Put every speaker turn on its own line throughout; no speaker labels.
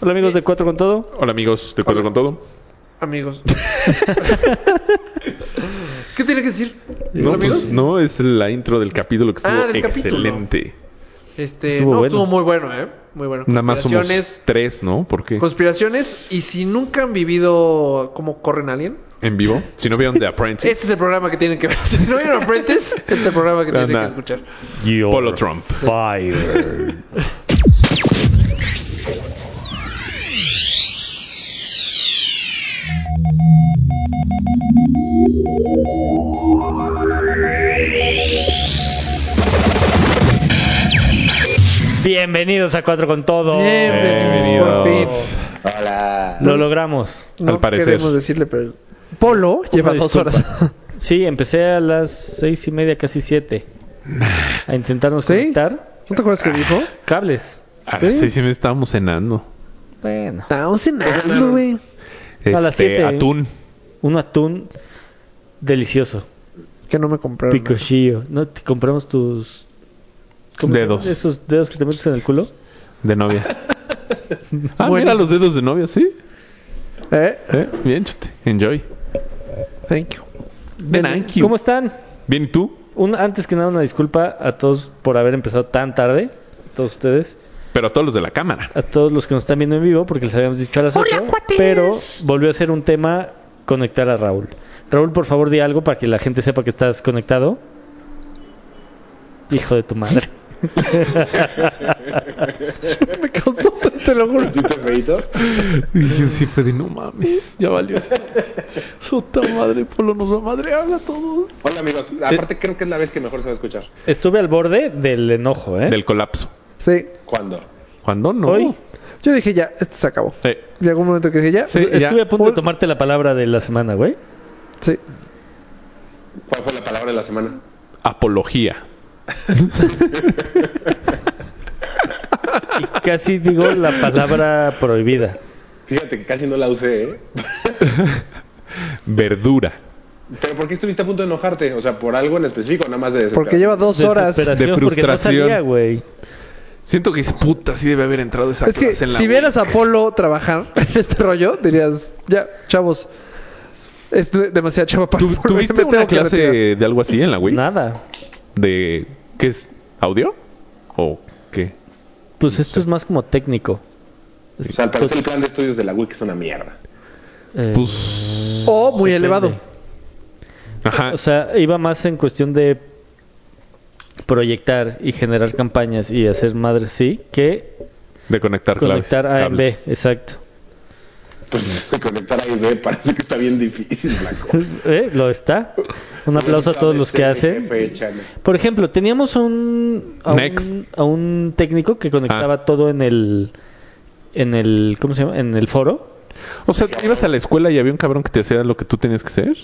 Hola amigos de Cuatro con Todo.
Hola amigos, ¿de acuerdo con todo?
Amigos. ¿Qué tiene que decir?
No,
¿Hola, amigos?
pues no, es la intro del capítulo que estuvo
Ah, del capítulo.
excelente.
Este,
Estuvo
no,
bueno.
estuvo muy bueno, ¿eh? Muy bueno.
Nada más somos
Conspiraciones,
tres, ¿no? ¿Por qué?
conspiraciones y si nunca han vivido cómo corren a alguien,
En vivo. Si no vieron The Apprentice,
este es el programa que tienen que ver. Si no vieron Apprentice, este es el programa que tienen
Ana.
que escuchar.
You're
Polo Trump.
Fired. Bienvenidos a Cuatro con Todo. Eh,
Bienvenidos, por fin.
Hola.
Lo logramos.
No
Al parecer.
queremos decirle, pero Polo lleva dos
disculpa.
horas.
Sí, empecé a las seis y media, casi siete, a intentarnos
¿Sí?
conectar
¿No te acuerdas qué dijo?
cables.
a las
¿sí?
seis y media estábamos cenando.
Bueno,
Estábamos Ah, cenando, güey.
A las
Este,
siete.
Atún.
un atún delicioso.
Que no me compraron.
Picochillo. No te compramos tus ¿cómo se
Dedos.
llama? Esos dedos que te metes en el culo.
De novia. ah,
Bueno.
mira los dedos de novia, sí.
¿Eh?
Eh, Bien, chute. Enjoy.
Thank you. ¿eh?
De Nike.
¿Cómo están?
Bien, ¿y tú?
Un- antes que nada una disculpa a todos por haber empezado tan tarde, a todos ustedes,
Pero a todos los de la cámara.
a todos los que nos están viendo en vivo porque les habíamos dicho a las 8, pero volvió a ser un tema conectar a Raúl. Raúl, por favor, di algo para que la gente sepa que estás conectado. Hijo de tu madre.
Me causó, te lo juro.
¿Tú te reíto?
Dije, sí, fue de no mames. Ya valió esto. Puta madre, Polo nos va a madrear a todos.
Hola amigos. Aparte creo que es la vez que mejor se va a escuchar.
Estuve al borde del enojo, ¿eh?
Del colapso.
Sí.
¿Cuándo?
¿Cuándo no?
Hoy.
Yo dije ya, esto se acabó.
Eh,
Llegó un momento que dije ya.
Sí. ya.
Estuve a punto de
Ol-
tomarte la palabra de la semana, güey.
Sí.
¿Cuál fue la palabra de la semana?
apología.
Casi digo la palabra prohibida.
Fíjate que casi no la usé, ¿eh?
Verdura.
¿Pero por qué estuviste a punto de enojarte? O sea, por algo en específico, nada más de desesperación.
Porque lleva dos horas.
Desesperación,
de
porque no
frustración.
salía, güey.
Siento que es puta, sí debe haber entrado esa
Es que
clase en la
si
U.
vieras a Polo trabajar en este rollo, dirías, ya, chavos, es de- demasiado chavo para
¿Tú,
Polo, me
¿Tuviste
tengo
una
que
clase
retirar.
de algo así en la Wii?
Nada.
¿De qué es? ¿Audio? ¿O qué?
Pues esto es más como técnico.
O sea, al parecer el plan de estudios de la Wii que es una mierda.
Eh,
Pues...
O muy
depende.
elevado.
Ajá.
O sea, iba más en cuestión de proyectar y generar campañas y hacer madres sí que
De conectar claves.
conectar A en B,
cables.
exacto.
Pues conectar A y B parece que está bien difícil la cosa.
Eh, Lo está. Un aplauso a todos los que hacen.
Jefe, chale.
Por ejemplo, teníamos un a,
Next.
un a un técnico que conectaba todo en el en el ¿cómo se llama? en el foro.
O sea, ¿tú ibas a la escuela y había un cabrón que te hacía lo que tú tenías que hacer.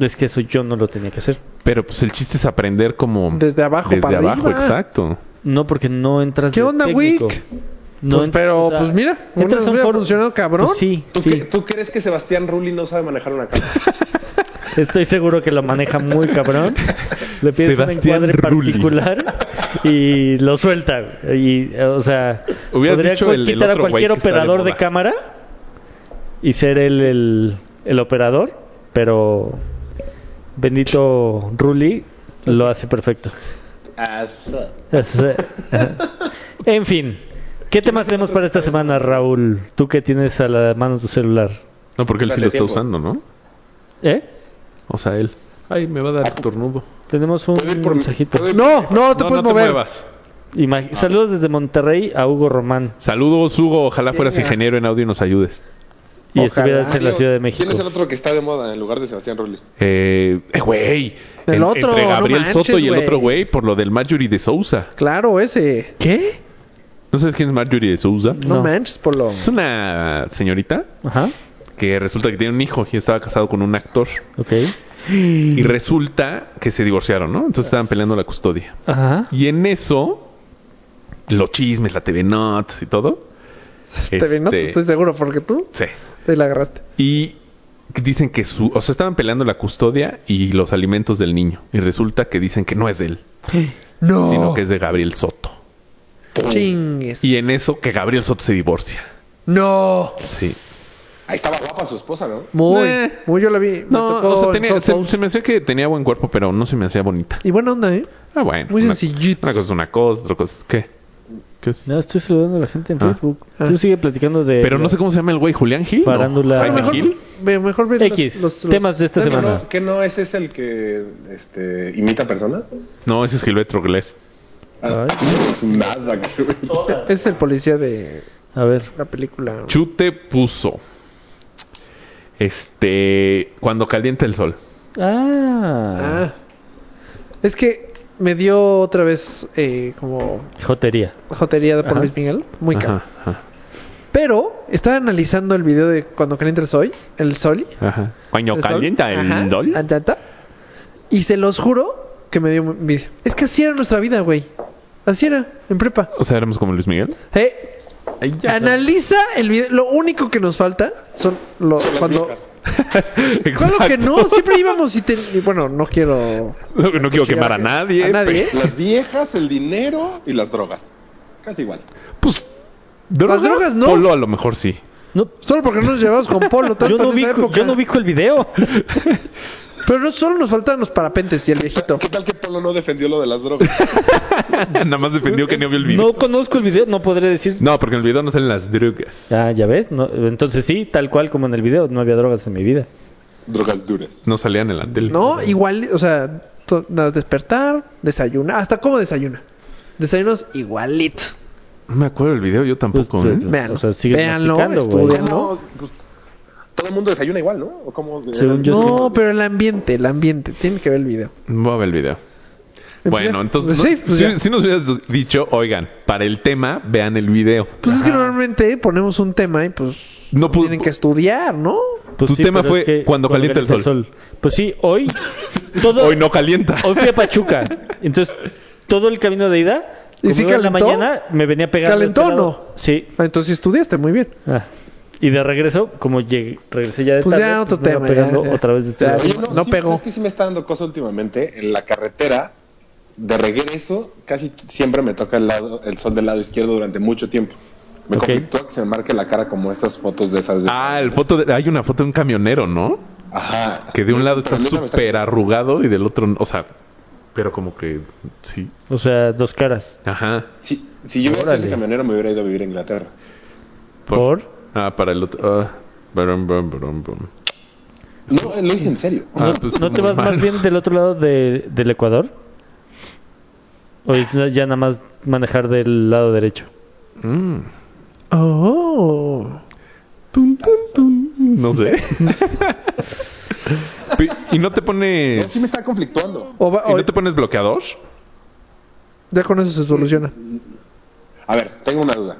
Es que eso yo no lo tenía que hacer.
Pero pues el chiste es aprender como...
Desde abajo
Desde
para
abajo,
arriba.
exacto.
No porque no entras
¿Qué
de
onda,
técnico.
Wick?
No
Pues,
en-
pero,
o sea,
pues, mira, una
entras a un
hubiera
foro.
funcionado, cabrón.
Pues sí,
¿Tú,
sí.
cre- tú crees que Sebastián Rulli no sabe manejar una cámara?
Estoy seguro que lo maneja muy cabrón. Le pides
Sebastián
un encuadre
Rulli.
particular y lo suelta. Y, eh, o sea,
Hubieras
podría
dicho
cu-
el- el
quitar a
otro güey
cualquier
que está de
operador de,
moda.
cámara y ser él el, el operador, pero bendito Rulli lo hace perfecto.
Ah, so-
Es, eh, ajá. En fin, ¿qué temas tenemos para esta semana, Raúl? Tú que tienes a la mano tu celular.
No, porque él sí
Dale
lo está
tiempo.
usando, ¿no?
¿Eh?
O sea, él... Ay, me va a dar estornudo.
Tenemos un
¿Puedo ir por mi-
mensajito.
puedo ir-
No, no te
no,
puedes
no
mover.
te muevas.
Imag- Saludos desde Monterrey a Hugo Román
Saludos, Hugo. Ojalá fueras
Venga.
ingeniero en audio y nos ayudes.
y
Ojalá.
estuvieras en la Ciudad de México.
¿Quién es el otro que está de moda en lugar de Sebastián Rulli?
Eh, eh, güey.
El
En-
otro,
Entre
no
Gabriel
manches,
Soto y el
güey.
otro güey por lo del Marjorie de Sousa.
Claro, ese.
¿Qué?
¿No sabes quién es Marjorie de Sousa?
No,
No.
manches, Polo.
Es una señorita
Ajá.
que resulta que tiene un hijo y estaba casado con un actor.
Ok.
Mm.
Y resulta que se divorciaron, ¿no? Entonces estaban peleando la custodia.
Ajá.
Y en eso, los chismes, la TV Notes y todo.
Te vi, ¿no?
este,
Estoy seguro, porque tú
Sí.
te la agarraste.
Y dicen que su... O sea, estaban peleando la custodia y los alimentos del niño. Y resulta que dicen que no es de él,
No.
sino que es de Gabriel Soto.
Chingue chingues.
Y en eso que Gabriel Soto se divorcia.
No.
Sí.
Ahí estaba guapa su esposa, ¿no?
Muy,
Nah.
muy yo la vi. Me
No,
tocó
o sea,
en
tenía-
Hot
se,
Post.
se me hacía que tenía buen cuerpo, pero no se me hacía bonita.
Y buena onda, ¿eh?
Ah, bueno.
Muy
una-
sencillito.
Una cosa es una cosa, otra cosa es... ¿Qué? ¿Qué es?
No, estoy saludando a la gente en
Ah.
Facebook.
Ah.
Tú sigue platicando de.
Pero no sé cómo se llama el güey, Julián Gil. ¿no?
Farándula.
Julián
Ay,
mejor,
Gil.
ve- mejor ver
X, temas de esta
¿Que
semana.
no, que no ese es el que este, imita personas?
No, ese es Gilberto Glés.
Ah, Nada, que ver.
Ese es el policía de
A ver.
la película.
Chute puso. Este. Cuando calienta el sol.
Ah.
Ah. Es que me dio otra vez eh, como
Jotería.
jotería por
Ajá.
Luis Miguel. Muy caro.
Ajá, ajá,
Pero estaba analizando el video de cuando calienta el sol. El sol.
ajá. Cuando
el sol.
calienta
Ajá,
el sol.
ajá. Y se los juro que me dio envidia. Es que así era nuestra vida, güey. Así era, en prepa.
O sea, éramos como Luis Miguel.
Eh,
Ay,
analiza el video. Lo único que nos falta son los.
Son las
cuando.
viejas.
Claro
Exacto.
que no, siempre íbamos y, te- y bueno, no quiero.
No, no quiero quemar a
a
nadie.
nadie.
pe-
Las viejas, el dinero y las drogas. Casi igual.
Pues. ¿drogas?
drogas no.
Polo a lo mejor sí.
No,
Solo porque no nos llevamos con Polo tanto
yo, no
en esa
vi,
época.
yo no vi el video.
Pero no solo nos faltan los parapentes y el viejito.
¿Qué tal que Polo no defendió lo de las drogas?
Nada más defendió que no vio el video.
No conozco el video, no podré decir.
No, porque en el video no salen las drogas.
Ah, ya ves. No, entonces sí, tal cual como en el video. No había drogas en mi vida.
drogas duras.
No salían en la tele.
No, igual, o sea, to- nada, despertar, desayunar, hasta cómo desayuna. Desayunos igualito.
No me acuerdo del video, yo
Pues,
tampoco. ¿eh?
sí,
Vean,
o sea, sigues
véanlo,
masticando, güey.
estudian.
No,
¿no?
pues, todo el mundo desayuna igual, ¿no? ¿O cómo?
Según yo, sí.
No, pero el ambiente, el ambiente, tiene que ver el video.
Voy a ver el video.
Empieza-
Bueno, entonces,
Sí,
no-
pues
si,
ya.
si nos hubieras dicho, oigan, para el tema, vean el video.
Pues es que normalmente ponemos un tema y pues
No pudo-
tienen que estudiar, ¿no?
Pues
Tu tema
pero
fue cuando calienta el
Pues sí, hoy. Todo,
Hoy no calienta.
hoy fui a Pachuca. Entonces, todo el camino de ida.
¿Y si
como iba en la
calentó?
mañana me venía pegando.
¿Calentó
este
o no?
lado. Sí.
Ah, Entonces estudiaste muy bien.
Ah. Y de regreso, como llegué, regresé ya de
Pues
tarde,
ya otro
me iba
tema,
pegando
ya, ya.
otra vez de este
Ya,
lado.
Oye, no,
No
sí,
pegó.
Es que sí me está dando cosa últimamente. En la carretera, de regreso, casi siempre me toca el, lado, el sol del lado izquierdo durante mucho tiempo. Me
Ok.
conflictúa que se me marque la cara como esas fotos de esas. de-
Ah, el foto de- hay una foto de un camionero, ¿no?
Ajá.
Que de un lado está
Pero nunca me
súper arrugado y del otro, no- o sea, pero como que sí.
O sea, dos caras.
Ajá.
Si, si yo hubiera sido ese
Órale.
camionero, me hubiera ido a vivir a Inglaterra.
¿Por?
Ah, para el otro. ah, brum, brum, brum, brum.
No, lo dije en serio.
Ah,
¿No,
pues,
no te
muy
vas
mal.
más bien del otro lado de- del Ecuador? ¿O es na- ya nada más manejar del lado derecho?
Mm.
Oh.
Tun, tun, tun. No sé. Pi- y no te
No,
pones.
sí me está conflictuando.
O va-
¿Y
o-
no te pones bloqueador?
Ya con eso se soluciona.
A ver, tengo una duda.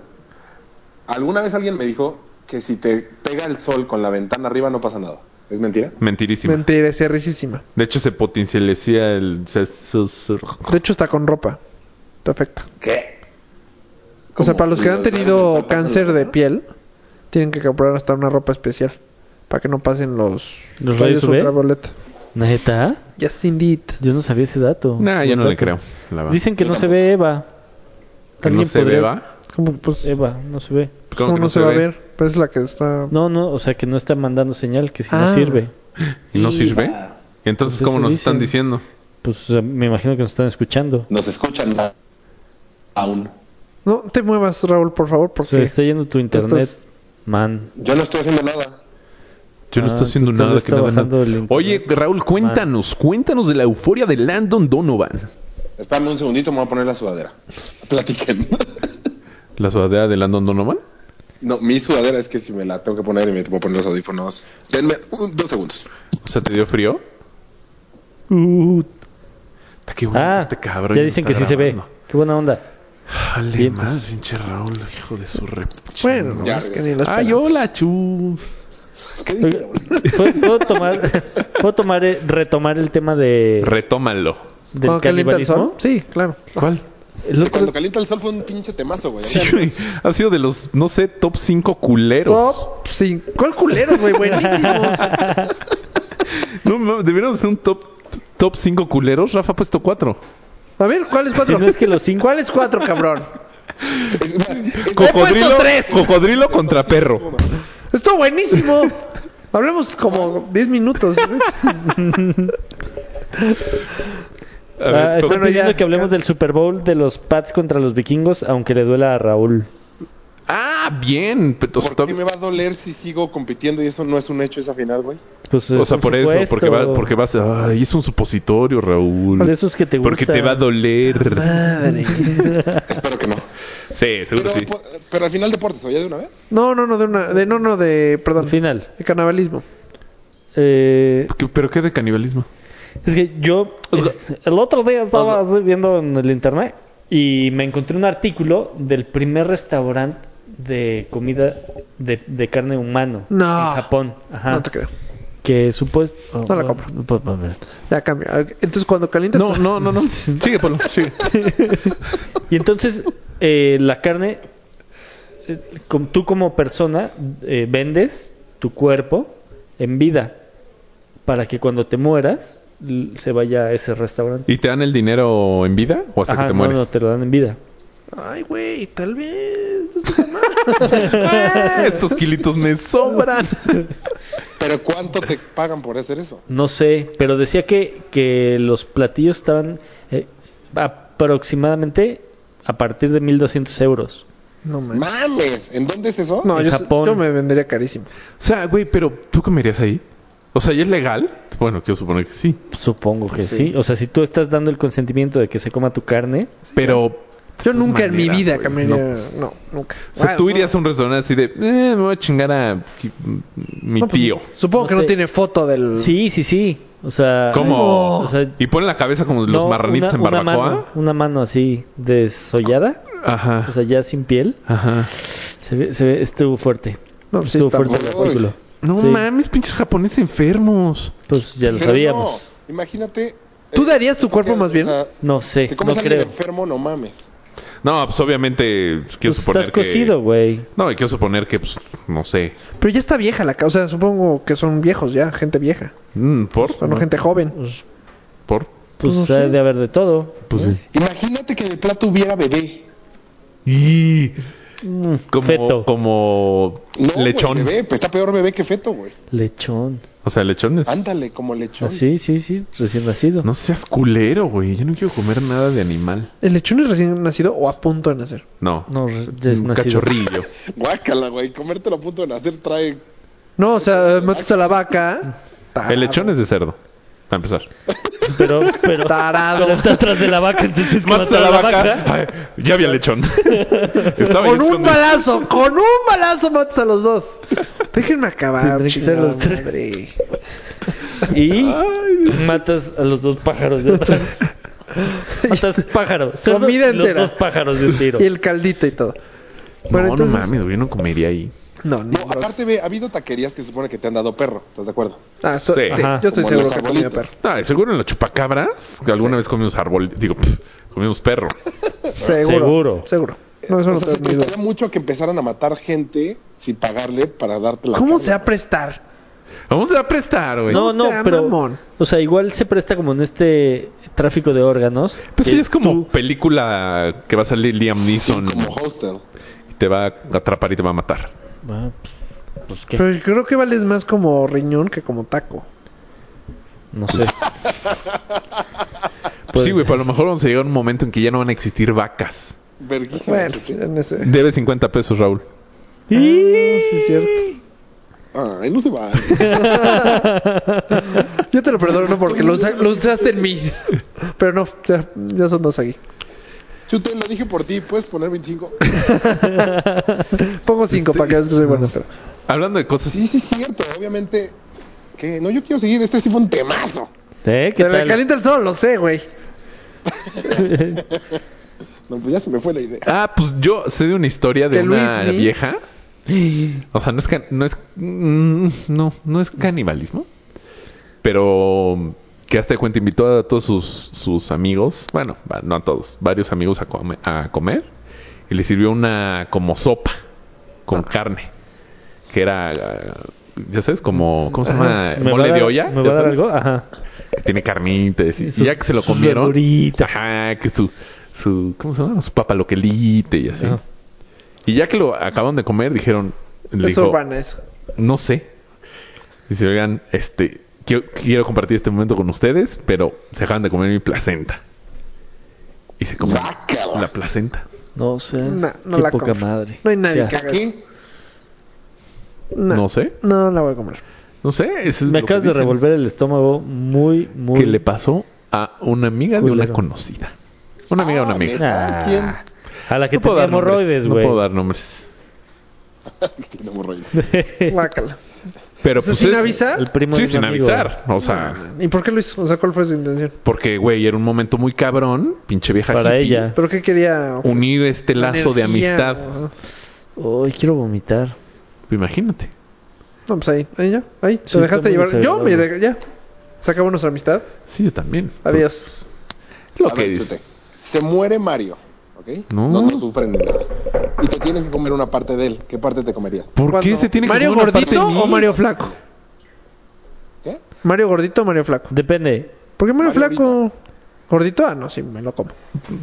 ¿Alguna vez alguien me dijo que si te pega el sol con la ventana arriba no pasa nada? ¿Es mentira?
Mentirísimo.
Mentira, es risísima.
de hecho, se potencializa el. se- se- se-
De hecho, está con ropa. Te afecta.
¿Qué?
O sea,
¿Cómo?
para los que
¿Y
han
los
tenido
enfermos
cáncer de
enfermos?
piel, tienen que comprar hasta una ropa especial para que no pasen los,
¿Los rayos UV?
ultravioleta.
¿Neta?
Yes, indeed.
Yo no sabía ese dato.
Nah, yo no
Buen
le
dato.
creo. la verdad.
Dicen que no se ve Eva.
que no
¿Alguien
se
podría-
beba.
¿Cómo, pues,
Eva, Eh, no se ve.
¿Cómo
¿cómo
que
no, se, va
ve?
a ver? Pues es la que está...
No, no, o sea que no está mandando señal, que si
Ah.
no sirve.
¿Y no sirve? ¿Y entonces
Pues
cómo
eso
nos
dicen.
están diciendo?
Pues o sea, me imagino que nos están escuchando.
Nos escuchan a- aún.
No te muevas, Raúl, por favor, porque...
Se está yendo tu internet,
Estás-
man.
Yo no estoy haciendo nada.
Yo no
Ah,
estoy haciendo
entonces
nada que
está
nada,
bajando
nada.
el internet.
Oye, Raúl, cuéntanos, cuéntanos de la euforia de Landon Donovan.
Espérame un segundito, me voy a poner la sudadera. Platiquen.
¿La sudadera de Landon Donovan?
no, mi sudadera es que si me la tengo que poner y me tengo que poner los audífonos. Denme un- dos segundos.
O sea, ¿te dio frío? Está que bueno,
Uh. Ah,
este cabrón.
ya dicen que sí se ve. Qué buena onda.
Jale,
Bien, pues.
más pinche Raúl, hijo de su re...
Bueno,
Ya
es que
regresé.
ni lo
Pues, Ah,
esperaba.
Ay, hola, chus.
¿Qué dijeron?
¿Puedo, puedo tomar, puedo tomar, eh, retomar el tema de,
Retómalo.
del
¿Cuando calienta el sol?
canibalismo?
Sí, claro.
¿Cuál?
El otro-
Cuando calienta el sol fue un pinche temazo, güey.
Sí, güey,
pues.
ha sido de los, no sé, top 5 culeros.
Top, sí. ¿Cuál culero, güey? Buenísimos.
No, mames, deberíamos ser un top top 5 culeros. Rafa ha puesto 4.
A ver, ¿cuál es cuatro?
Si no es que los cinco-
¿Cuál es cuatro, cabrón?
Es más, es-
Cocodrilo,
puesto tres.
cocodrilo contra perro.
Esto buenísimo. Hablemos como 10 minutos. ¿sabes?
A ver,
Ah, están
Coco-
bueno,
pidiendo
ya.
que hablemos del Super Bowl de los Pats contra los vikingos, aunque le duela a Raúl.
ah, bien. pe- O sea,
¿Por qué me va a doler si sigo compitiendo y eso no es un hecho esa final, güey?
Pues,
o
eh,
sea, por eso,
supuesto.
porque, va- porque vas a... Ay, es un supositorio, Raúl.
De esos que te Ah.
Porque
gustan.
te va a doler.
Madre.
Espero que no.
Sí, seguro
Pero,
sí.
po- pero al final deportes, ¿oye de una vez?
No, no, no, de una. De, no, no, de. Perdón.
Al final.
De carnavalismo.
Eh,
¿Qué- ¿Pero qué de canibalismo?
Es que yo es- el otro día estaba así viendo en el internet y me encontré un artículo del primer restaurante de comida de, de carne humano
No.
en Japón. Ajá.
No te creo.
Que supuesto. oh,
No la
oh,
compro.
pues, a ver.
Ya cambia. Entonces, cuando calientas.
No, no, no, no. Sigue, Polo, sigue.
Y entonces eh, la carne, eh, com- tú como persona eh, vendes tu cuerpo en vida para que cuando te mueras l- se vaya a ese restaurante.
¿Y te dan el dinero en vida o hasta
Ajá,
que te
no,
mueres?
no, te lo dan en vida.
Ay, güey, tal vez.
¡Ah! Estos kilitos me sobran.
Pero ¿cuánto te pagan por hacer eso?
No sé, pero decía que, que los platillos estaban eh, aproximadamente a partir de 1.200 euros.
No, man.
¡Mames! ¿En dónde es eso?
No,
En
yo,
Japón.
yo me vendería carísimo.
O sea, güey, pero ¿tú comerías ahí? O sea, ¿y es legal? Bueno, quiero suponer que sí.
Supongo que sí. O sea, si tú estás dando el consentimiento de que se coma tu carne,
Pero,
Yo nunca en mi
maneras,
vida
güey,
cambiaría. No. nunca.
o sea,
Bueno,
tú
no.
irías a un restaurante así de, eh, me voy a chingar a qui- mi
No, pues,
tío.
Supongo
No
que
sé.
no tiene foto del.
sí, sí, sí. O sea,
¿Cómo?
o sea,
y pone la cabeza como los
no,
marranitos
una-
en
una mano,
barbacoa.
una mano así desollada,
Ajá.
o sea, ya sin piel.
Ajá.
Se ve, se ve estuvo fuerte.
No, Pues sí
estuvo
está-
fuerte el
Uy.
artículo.
No
Sí.
mames, pinches japoneses enfermos.
Pues ya lo
Pero
sabíamos.
no, imagínate.
¿Tú
eh,
darías tu
tú
cuerpo
que-
más bien?
o sea,
No, sé,
te
no
comes a alguien
creo.
enfermo, no mames.
No, pues obviamente quiero
Pues
suponer
estás
que...
cocido, güey.
No, y quiero suponer que, pues, no sé.
Pero ya está vieja la causa. O sea, supongo que son viejos ya, gente vieja.
Mm, ¿Por?
O sea, no gente joven.
Pues,
¿Por?
pues,
Pues,
ha
sí.
de haber de todo.
Pues
Imagínate que en el plato hubiera bebé.
Y...
Mm,
Como,
Feto.
como
No, güey,
lechón.
bebé, pues está peor bebé que feto, güey.
Lechón. Ah,
o sea, lechón es...
Ándale, como lechón.
Sí, sí, sí, recién nacido.
No seas culero, güey. Yo no quiero comer nada de animal.
¿El lechón es recién nacido o a punto de nacer?
No.
No, re- ya es
un
nacido.
cachorrillo.
Guácala, güey. Comértelo a punto de nacer trae.
No, o sea, matas a la vaca. Tarado.
El lechón es de cerdo. Para empezar.
Pero, pero,
Tarado.
pero está atrás de la vaca, entonces es que
Matas
matar a la vaca.
Ay, ya había lechón. Estaba ahí
Con un
escondido.
balazo, con un balazo matas a los dos. Déjenme acabar,
Tendrían que ser
chingada
los tres.
madre.
Y matas a los dos pájaros de atrás. Matas pájaros. Cerdo
Comida
y los
entera.
dos pájaros de un tiro.
Y el caldito y todo.
No,
Bueno,
no
entonces-
mames, güey. Yo no comería ahí.
No, ni
No,
bro.
aparte, ve, ha habido taquerías que se supone que te han dado perro. ¿Estás de acuerdo?
Ah, esto-
Sí.
sí,
Ajá.
yo estoy
Como
seguro
los
que comía
arbolitos.
perro.
No, Ah, y seguro en la chupacabras. Que alguna vez comimos árbol. Digo, pf, comimos perro.
Seguro.
Seguro. Seguro. No, eso
Eh, O
no
sea,
te
se
admito.
prestaría mucho a que empezaran a matar gente sin pagarle para darte la
¿Cómo
carne.
se va a prestar?
Vamos a prestar, güey.
No,
No
no,
sea
pero.
mamón.
O sea, igual se presta como en este tráfico de órganos.
Pues
que
sí, es como
tú-
película que va a salir Liam
Sí,
Neeson.
como hostel.
y Te va a atrapar y te va a matar.
Ah, pues, pues, ¿qué?
Pero creo que vales más como riñón que como taco.
No sé. Pues, Puede
Pues Sí, güey, pero a lo mejor vamos a llegar a un momento en que ya no van a existir vacas.
Verguísima.
Bueno, en ese.
Debe 50 pesos, Raúl.
Ah, sí, es cierto.
Ay, no se va.
Yo te lo perdono porque lo, usa- lo usaste en mí. Pero no, ya, ya son dos aquí.
Yo te lo dije por ti. ¿Puedes poner 25?
Pongo cinco para que veas que soy bueno.
Hablando de cosas.
Sí, sí, es cierto. Obviamente. Que no, yo quiero seguir. Este sí fue un temazo.
¿Eh? ¿Qué
Que me
tal?
calienta el sol, lo sé, güey.
No, pues ya se me fue la idea.
Ah, pues yo sé de una historia de
Que
una
Luismi-
vieja. O sea, no es can- no es mm, no no es canibalismo, pero que hasta de cuenta invitó a todos sus sus amigos, bueno, va- no a todos, varios amigos a, come- a comer y le sirvió una como sopa con carne que era eh, ya sabes como cómo se llama
¿Me va a
mole
dar-
de olla,
¿Me
ya
va a dar
sabes.
algo? Ajá.
que tiene carnitas. Y,
Su-
y ya que se lo
sus
comieron.
verduritas.
Ajá, que su, su. ¿Cómo se llama? Su papaloquelite y así.
Ajá.
Y ya que lo acaban de comer, dijeron. le
Es
dijo,
urbana eso.
no sé. Dice, oigan, este, quiero, quiero compartir este momento con ustedes, pero se acaban de comer mi placenta. Y se comió
Guácala.
la placenta.
No sé.
No, no
qué
la
poca
compro.
madre.
No hay nadie
Ya.
que haga eso.
¿Qué?
No,
No sé.
No la voy a comer.
No sé. eso es
Me
lo que
acabas de
dicen.
revolver el estómago muy, muy.
Que le pasó a una amiga de una
Culero.
conocida. Una amiga de una
Ah,
amiga.
mira,
Ah.
¿quién?
A la que
No puedo
tenía
dar nombres,
hemorroides,
No
güey.
puedo dar nombres.
Tiene hemorroides.
Guácala.
Pero
O sea,
pues
sin
es-
avisar.
El primo
Sí,
de un
sin
amigo.
avisar. O sea,
¿Y por qué lo hizo? O sea, ¿cuál fue su intención?
porque, güey, era un momento muy cabrón. Pinche vieja
Para
hippie.
ella.
¿Pero qué quería?
Unir este lazo de
Energía,
amistad.
o-
Ay, quiero vomitar.
Imagínate.
No, pues ahí, ahí ya, ahí, te
Sí, está
dejaste
muy
llevar. Yo me
desagradable.
dejé, ya. Se acabó nuestra amistad.
Sí, yo también.
Adiós.
Lo
A
que
ver,
dice.
chute. Se muere Mario, ¿ok?
No.
No, no sufren ni nada. Y te tienes que comer una parte de él. ¿Qué parte te comerías?
¿Por qué
¿Cuándo?
se tiene que
¿Mario
comer una parte
gordito
de mí?
o Mario flaco?
¿Qué?
¿Mario gordito o Mario flaco?
Depende.
¿Por qué Mario,
Mario
flaco? ¿Gordito? Ah, no, sí, me lo como.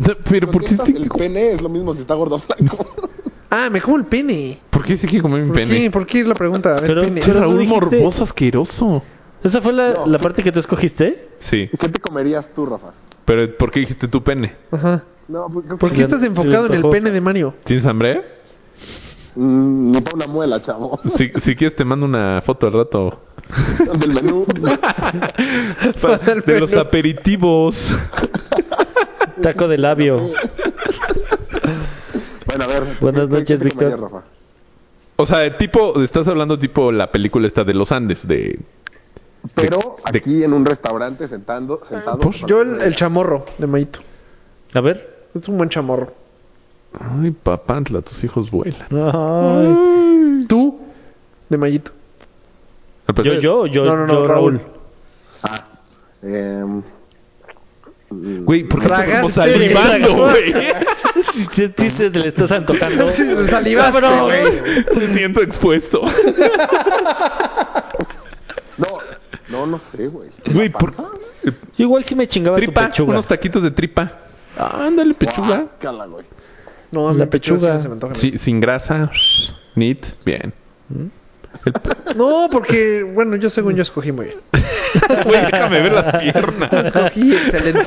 No, Pero ¿por qué, se
Contestas,
tiene
el
que comer-
pene es lo mismo si está gordo o flaco.
Ah, me como el pene.
¿Por qué se quiere comer mi
¿Por qué?
pene?
¿Por qué la pregunta? A ver,
Pero-
pene.
Che,
Pero no
Raúl
dijiste-
morboso asqueroso.
¿Esa fue la, la parte que tú escogiste?
Sí,
¿Qué te comerías tú, Rafa?
pero ¿por qué dijiste tu pene?
Ajá.
No, porque
¿Por
Se
qué
le-
estás
se le
enfocado en el
antojó.
pene de Mario?
¿Tienes hambre?
Mm, ni para una muela, chavo.
Si, si quieres te mando una foto al rato.
Del menú.
Pa-
Para el
de los
menú.
aperitivos.
Taco de labio.
Bueno, a ver.
Buenas
¿qué- qué-
noches,
qué te
Víctor.
comerías, Rafa?
O sea, tipo, estás hablando tipo la película esta de los Andes, de...
Pero
de-
aquí en un restaurante sentando, sentado.
Pues
Yo el, el chamorro de Mayito.
A ver.
Es un buen chamorro.
Ay, papantla, tus hijos vuelan.
Ay.
¿Tú? De Mayito.
Yo,
Al parecer-
yo, yo,
No, no, no,
yo, Raúl.
Raúl.
Ah. em, mm,
Güey, ¿por qué estás como
Tragaste.
salivando, Ah, güey?
Si sentiste, te le estás antojando.
Sí, salivaste,
Cabrón.
güey.
Me siento expuesto.
no, no, no sé, güey.
Güey, ¿por
Yo igual sí me chingaba tu
Tripa,
pechuga.
unos taquitos de tripa. Ándale, pechuga.
Guácala, Ah, güey.
No,
La
mi pechuga
pechuga.
sí se me antoja.
Sí, sin grasa. Neat, bien.
No, porque, bueno, yo según yo escogí muy bien.
Güey, déjame ver las piernas.
Escogí excelente.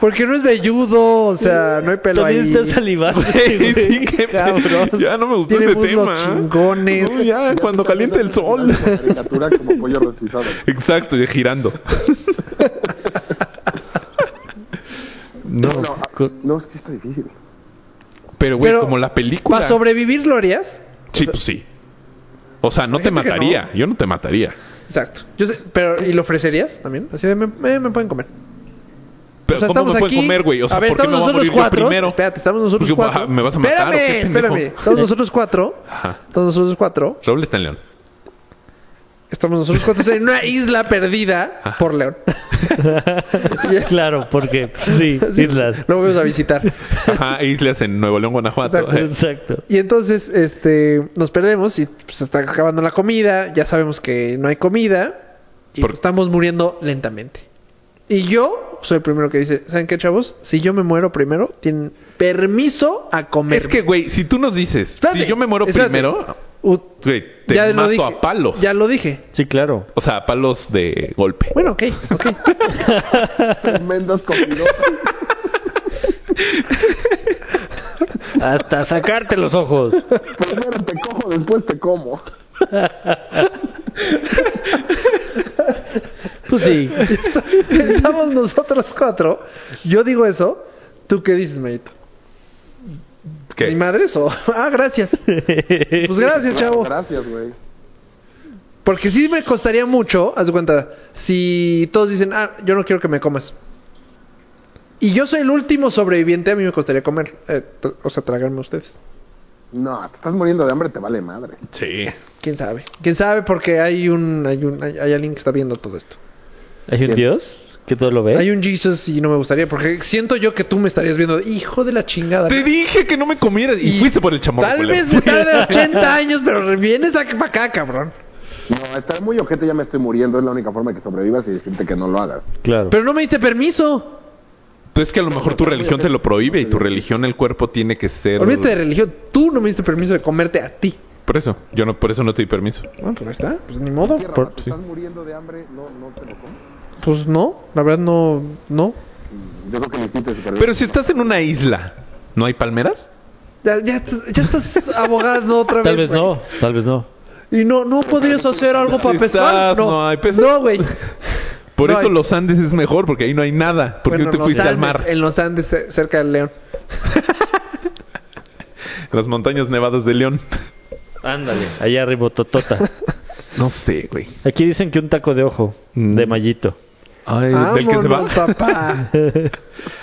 Porque no es velludo, o sea, no hay pelo
También
ahí.
estás salivando.
Güey, sí, qué
cabrón.
Ya no me gustó
Tiene
este
muslos
tema.
chingones.
No, ya,
Ya
Pues cuando
tú también
caliente el
haces
sol.
una Caricatura como pollo rostizado.
Exacto, ya girando. No,
No, ah, no, es que está difícil.
pero güey,
Pero,
como la película.
¿Para sobrevivir lo harías?
Sí, pues sí. O sea, no te
gente que
mataría. Yo no te mataría.
Exacto. Yo sé, pero, ¿y lo ofrecerías también? Así de, me, me- me pueden comer.
Pero ¿cómo me puedes comer, güey? O sea,
a ver,
¿por qué me
estamos
voy a
nosotros
morir yo
cuatro.
primero?
Espérate, estamos nosotros
Porque,
cuatro.
ah, ¿me vas a matar o qué,
Espérame,
pendejo?
espérame. Estamos nosotros cuatro.
Ajá.
Estamos nosotros cuatro.
Raúl está en León.
Estamos nosotros cuatro en una isla perdida por León.
claro, porque pues, sí, islas.
Lo vamos a visitar.
Ajá, islas en Nuevo León, Guanajuato.
Exacto.
Eh.
Exacto.
Y entonces, este, nos perdemos y pues, se está acabando la comida, ya sabemos que no hay comida y
Por-
pues, estamos muriendo lentamente. Y yo soy el primero que dice, ¿saben qué, chavos? Si yo me muero primero, tienen permiso a comer.
Es que, güey, si tú nos dices,
Espérate,
si yo me muero
espérate.
primero,
U-
güey, te
ya lo
mato
dije.
a palos.
Ya lo dije.
Sí, claro.
O sea, a palos de golpe.
Bueno, ok, ok.
Tremendas comidas.
Hasta sacarte los ojos.
Primero te cojo, después te como.
Pues sí.
Estamos nosotros cuatro. Yo digo eso. ¿Tú qué dices, Mayito?
¿Qué?
¿Mi madre eso? Ah, gracias. Pues gracias, chavo.
Gracias, güey.
Porque sí me costaría mucho, haz de cuenta, si todos dicen, ah, yo no quiero que me comas. Y yo soy el último sobreviviente, a mí me costaría comer, eh, tr- o sea, tragarme a ustedes.
No, te estás muriendo de hambre, te vale madre.
Sí.
¿Quién sabe? ¿Quién sabe? Porque hay un, hay un, hay, hay alguien que está viendo todo esto.
¿Hay un Dios que todo lo ve?
Hay un Jesus y no me gustaría, porque siento yo que tú me estarías viendo, hijo de la chingada.
Te
¿no?
dije que no me comieras y,
Y
fuiste por el chamorro.
Tal
culero.
vez me tarde 80 años, pero vienes a- para acá, cabrón.
No, estar muy ojete ya me estoy muriendo. Es la única forma de que sobrevivas y decirte que no lo hagas.
Claro.
Pero no me diste permiso.
Entonces que a lo mejor tu religión te lo prohíbe y tu religión, el cuerpo tiene que ser...
Olvídate de religión. Tú no me diste permiso de comerte a ti.
Por eso, yo no, por eso no te di permiso.
Bueno, pues ahí está. Pues ni modo.
Tierra,
Por-
¿te
sí.
estás muriendo de hambre? No, no te lo comes.
Pues no, la verdad no, no.
Yo creo que el instinto de supervivencia-
Pero si estás en una isla, ¿no hay palmeras?
Ya, ya, est- ya estás abogando otra vez.
Tal vez
güey.
no, tal vez no.
Y no, no podrías hacer algo
Si
para pescar.
estás,
No,
no hay pez-
No, güey.
Por
No
eso
hay.
los Andes es mejor, porque ahí no hay nada. Porque
Bueno,
tú
en los
fuiste al
Andes,
mar.
En los Andes, eh, cerca del León.
Las montañas nevadas de León.
Ándale. Allá arriba, Totota.
No sé, güey.
Aquí dicen que un taco de ojo
Mm.
de mallito.
Ay, del que se va.
Vámonos, papá.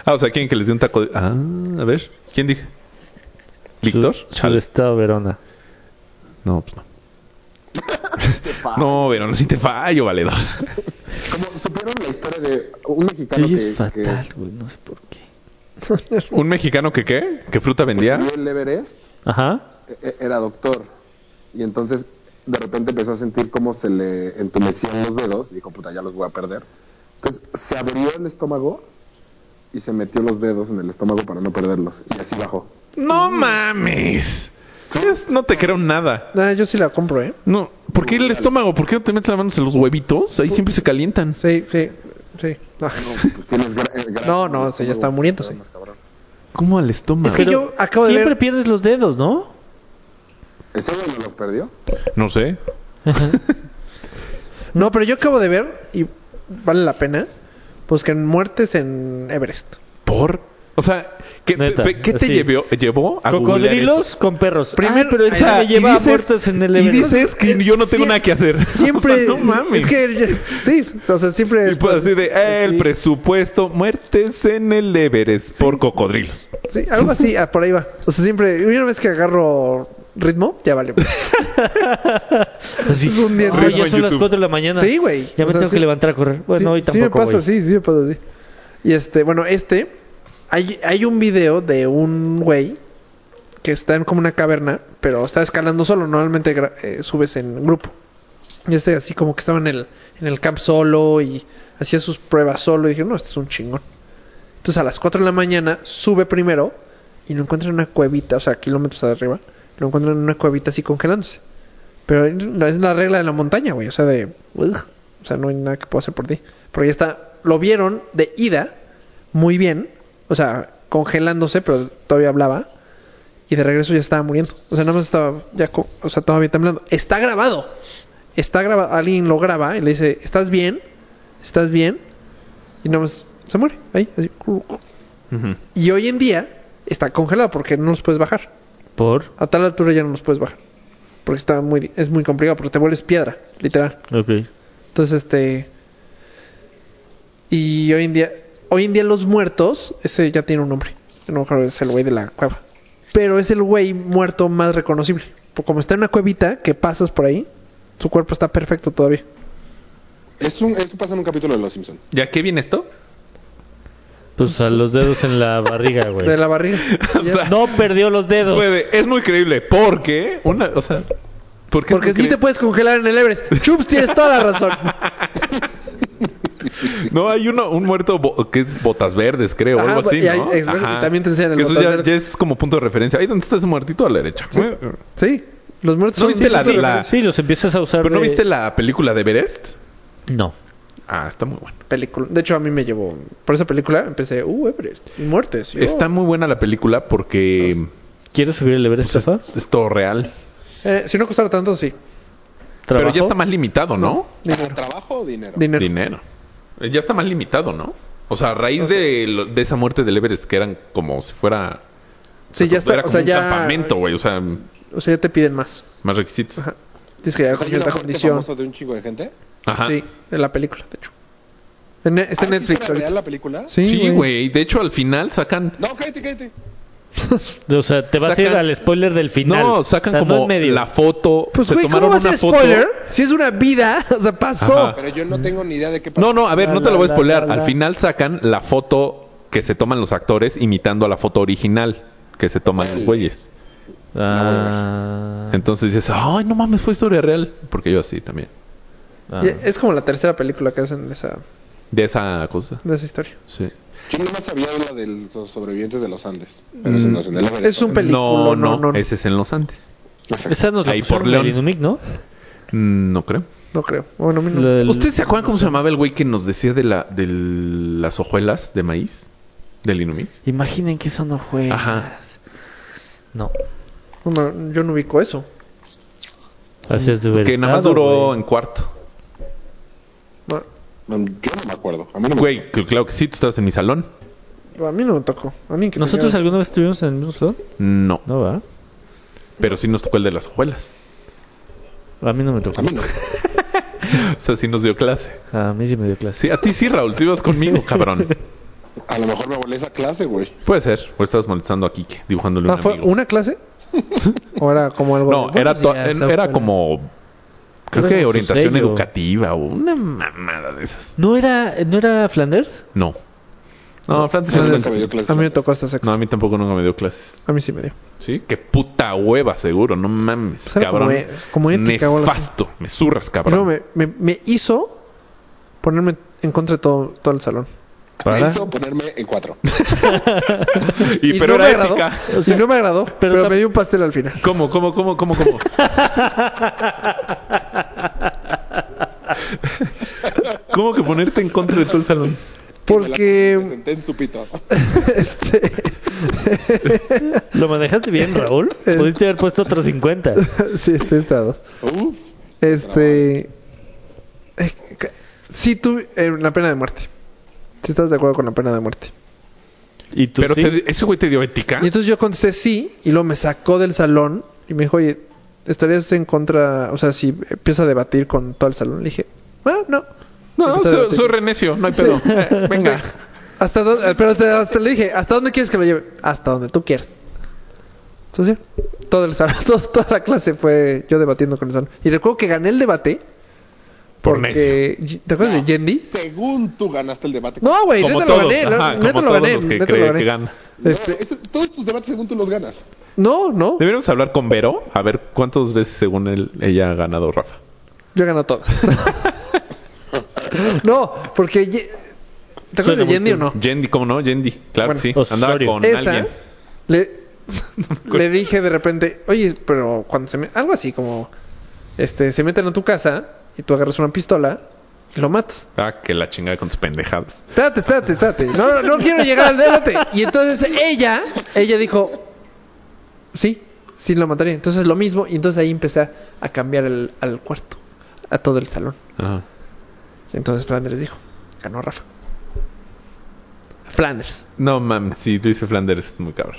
Ah, o sea, ¿quién que les dio un taco de... Ah, a ver. ¿Quién dije? ¿Víctor?
Su-
Chale.
Sudestado Verona.
No, pues no. No, pero no, si te fallo, valedor.
Como supieron la historia de un mexicano
Oye,
que,
es fatal, güey. No sé por qué.
¿Un mexicano que qué? ¿Qué fruta
que
vendía?
subió el Everest
Ajá.
e- e- era doctor y entonces de repente empezó a sentir cómo se le entumecían los dedos y dijo, puta, ya los voy a perder. Entonces se abrió el estómago y se metió los dedos en el estómago para no perderlos y así bajó.
¡No mames! Es- No te creo nada.
Nah, yo sí la compro, ¿eh?
No, ¿por qué el estómago? ¿Por qué no te metes la mano en los huevitos? Ahí siempre se calientan.
Sí, sí, sí. No.
No, pues tienes gra- eh, gra-
No, no,
el
se ya
estómago,
está muriéndose.
más cabrón.
¿Cómo al estómago?
Es que yo acabo de
Siempre
ver.
pierdes los dedos, ¿no?
¿Ese güey no los perdió?
No sé.
No, pero yo acabo de ver, y vale la pena, pues que en muertes en Everest.
¿Por? O sea, ¿qué,
Neta,
pe- ¿qué te
sí.
llevó, llevó a googlear eso?
Cocodrilos con perros.
Ah,
Primero,
Primero-
pero
o
ese
sea,
me
y
lleva
dices-
a muertos en el
Y
Everest.
dices que yo no tengo
Siem-
nada que hacer.
Siempre.
O sea, no mames.
Es que. Sí, o sea, siempre.
Y pues así de, eh, el
Sí.
presupuesto, muertes en el Everest por cocodrilos.
Sí, algo así, ah, por ahí va. O sea, siempre. Una vez que agarro ritmo, ya vale.
Así.
es un día
Ay,
entero
Ah, ya
en
son las
YouTube.
4 de la mañana.
Sí, güey.
Ya
O
me
sea,
tengo
sí.
que levantar a correr. Bueno,
sí,
hoy
sí me
tampoco.
pasa,
güey.
sí, sí me pasa así. Y este, bueno, este, hay, hay un video de un güey que está en como una caverna, pero está escalando solo, normalmente gra- eh, subes en grupo. Y este así como que estaba en el, en el camp solo y hacía sus pruebas solo y dije, no, este es un chingón. Entonces a las 4 de la mañana sube primero y lo encuentra en una cuevita, o sea, kilómetros arriba, lo encuentra en una cuevita así congelándose. Pero es la- es la regla de la montaña, güey. O sea, de. "Ugh", o sea, no hay nada que pueda hacer por ti. Pero ya está. Lo vieron de ida. Muy bien. O sea, congelándose, pero todavía hablaba. Y de regreso ya estaba muriendo. O sea, nada más estaba. Ya, co- o sea, todavía temblando. Está grabado. Está grabado. Alguien lo graba y le dice: ¿Estás bien? ¿Estás bien? Y nada más se muere. Ahí. así.
Ujú.
Y hoy en día está congelado porque no los puedes bajar.
Por.
A tal altura ya no los puedes bajar. Porque está muy, es muy complicado, porque te vuelves piedra, literal.
Ok.
Entonces, este. Y hoy en día. Hoy en día los muertos. Ese ya tiene un nombre. A lo mejor es el güey de la cueva. Pero es el güey muerto más reconocible. Porque como está en una cuevita que pasas por ahí, su cuerpo está perfecto todavía.
Es un, eso pasa en un capítulo de Los Simpsons.
¿Ya qué viene esto?
Pues a los dedos en la barriga, güey.
De la barriga.
O sea,
No perdió los dedos.
puede- es muy creíble. Porque, una, o sea, porque, es
Porque
muy
si te
creíble.
puedes congelar en el Everest. Chups, tienes toda la razón.
No, hay uno, un muerto bo- que es botas verdes, creo,
Ajá,
algo así,
y hay-
¿no?
exacto, y también te enseñan el
Que eso
Botas
ya,
Verdes.
ya es como punto de referencia. Ahí donde está ese muertito a la derecha.
Sí. Los muertos
¿No
son
viste la-
sí, sí, sí,
la-
referencia.
Sí, los empiezas a usar.
Pero no
de-
viste la película de Everest?
No.
Ah, está muy buena.
película. De hecho, a mí me llevó. Por esa película empecé. Uh, Everest. y Muertes. y yo-
Está muy buena la película porque
¿Quieres subir el Everest, Rafa?
es todo real.
Eh, si no costara tanto, sí.
Pero
¿Trabajo?
ya está más limitado, ¿no?
Dinero.
¿Trabajo o dinero?
Dinero.
Dinero. Eh, Ya está más limitado, ¿no? O sea, a raíz de, lo- de esa muerte del Everest, que eran como si fuera.
Sí, ya está.
Era
O
como
sea,
un
ya.
campamento, güey. O sea,
O sea, ya te piden más.
más requisitos. Ajá.
Ajá. Tienes que llegar con
¿Hay una
cierta
muerte
condición.
famosa de un chingo de gente?
Sí, en la película, de hecho. En- e, está en
Ah, ¿sí
Netflix
era
ahorita.
real la película?
Sí,
Sí, güey. De hecho, al final sacan.
No, cállate, cállate.
O sea, te vas a ir
Sacan-
al spoiler del final.
No,
O
sacan
sea,
como
en medio.
la foto.
Pues,
se
güey, ¿cómo
tomaron
va a
una
ser
foto.
spoiler? Si es una vida, o sea, pasó.
Ajá.
Pero yo no
Mm.
tengo ni idea de qué pasó.
No, no, a ver,
La,
no te
la,
lo voy a
la,
spoilear.
la, la.
Al final sacan la foto que se toman los actores imitando a la foto original que se toman los güeyes.
Ah,
Entonces dices, ay, no mames, fue historia real. Porque yo sí también. Ah,
Y es como la tercera película que hacen de esa,
de esa cosa.
de esa historia.
Sí.
Yo nomás sabía de la de los sobrevivientes de los Andes. Pero se nos en el Everest,
Mm. Es un
¿no?
película.
No, no,
no, no.
ese es en los Andes.
Exacto.
Esa nos la
Ahí
pusieron
por
en
León.
Inumic, ¿no?
Mm, No creo.
No creo. Bueno, a mí no.
La del-
¿Ustedes se acuerdan cómo se llamaba el güey que nos decía de la de las hojuelas de maíz? Del Inumic.
Imaginen que eso no juegas.
Ajá.
No.
No, yo no ubico eso.
Gracias de ver.
Que nada más duró en cuarto.
No,
No, Yo no me acuerdo. A mí no me
Güey, cl- claro que sí, tú estabas en mi salón.
a mí no me tocó. A mí que me
¿Nosotros
llegara.
alguna vez estuvimos en el mismo salón?
No,
No, ¿verdad?
pero sí nos tocó el de las hojuelas.
A mí no me tocó.
A mí no.
O sea, sí nos dio clase.
A mí sí me dio clase.
Sí, a ti sí, Raúl, tú ibas conmigo, cabrón.
A lo mejor me volé esa clase, güey.
Puede ser, o estabas molestando a Kike, dibujándole un
Ah, ¿Fue
amigo.
una clase? ¿O era como algo?
No,
de-
era, to-
días,
en- era
hojuelas.
como... Creo
Era
que
como su
orientación
sello.
educativa o una mamada de esas.
¿No era, ¿No era Flanders?
No. No, Fran, te das
Nunca
cuenta.
me dio clases.
A mí me tocó hasta sexto.
No, a mí tampoco nunca me dio clases.
A mí sí me dio.
¿Sí? Qué puta hueva, seguro. No mames,
Pues era
cabrón.
como e- como ética o algo así.
Nefasto. Me zurras,
Y luego
cabrón.
me, me, me hizo ponerme en contra de todo, todo el salón.
Me
Para.
hizo ponerme en cuatro.
Y, pero
no
era
me
ética.
agradó. y no me agradó, pero,
tam-
me dio un pastel al final.
¿Cómo, cómo, cómo, cómo, cómo?
Pues
¿Cómo que ponerte en contra de todo el salón?
Me
Porque
senté en su pito.
este,
¿Lo manejaste bien, Raúl? Pudiste haber puesto otros 50.
sí, este estado.
Uf.
Este eh, ca- sí tuve eh, la pena de muerte. Si estás de acuerdo con la pena de muerte.
¿Y tú
Pero
sí?
te- ese güey te dio ética.
Y entonces yo contesté sí y luego me sacó del salón y me dijo, "Oye, ¿estarías en contra, o sea, si empieza a debatir con todo el salón?" Le dije, "Ah, no."
No,
Empezó a
soy,
debatir.
soy renecio, no hay pedo. Eh, venga.
Hasta dónde- eh, pero hasta, hasta le dije, ¿hasta dónde quieres que lo lleve? Hasta donde tú quieras. Entonces, sí, todo el salón, todo- toda la clase fue yo debatiendo con el salón. Y recuerdo que gané el debate
Por necio.
porque ¿te acuerdas de Yendi?
Según tú ganaste el debate.
No, güey,
Como
neta
todos,
lo gané,
ajá,
neta
como
lo
todos
gané,
los que
neta lo
creen
gané.
que ganan.
No,
este-
esos- todos tus debates según tú los ganas.
No, no,
Deberíamos hablar con Vero a ver cuántas veces según él ella ha ganado Rafa.
yo gané todos. no, porque Ye- ¿te acuerdas
Suena
de
muy
Yendi o no?
Yendi, ¿cómo no? Yendi, claro
Bueno,
que sí.
Osorio.
Andaba con
Esa
alguien.
le, le dije de repente, "Oye, pero cuando se me algo así como este se meten a tu casa y tú agarras una pistola y lo matas."
Ah, que la chingada con tus pendejadas.
Espérate, espérate, espérate. No, no, no quiero llegar al debate. Y entonces ella, ella dijo, sí, sí lo mataría. Entonces lo mismo. Y entonces ahí empecé a- a cambiar el, al cuarto, a todo el salón.
Ajá.
Y entonces Flanders dijo, ganó Rafa. Flanders.
No mames, sí, tú dices Flanders, es muy cabrón.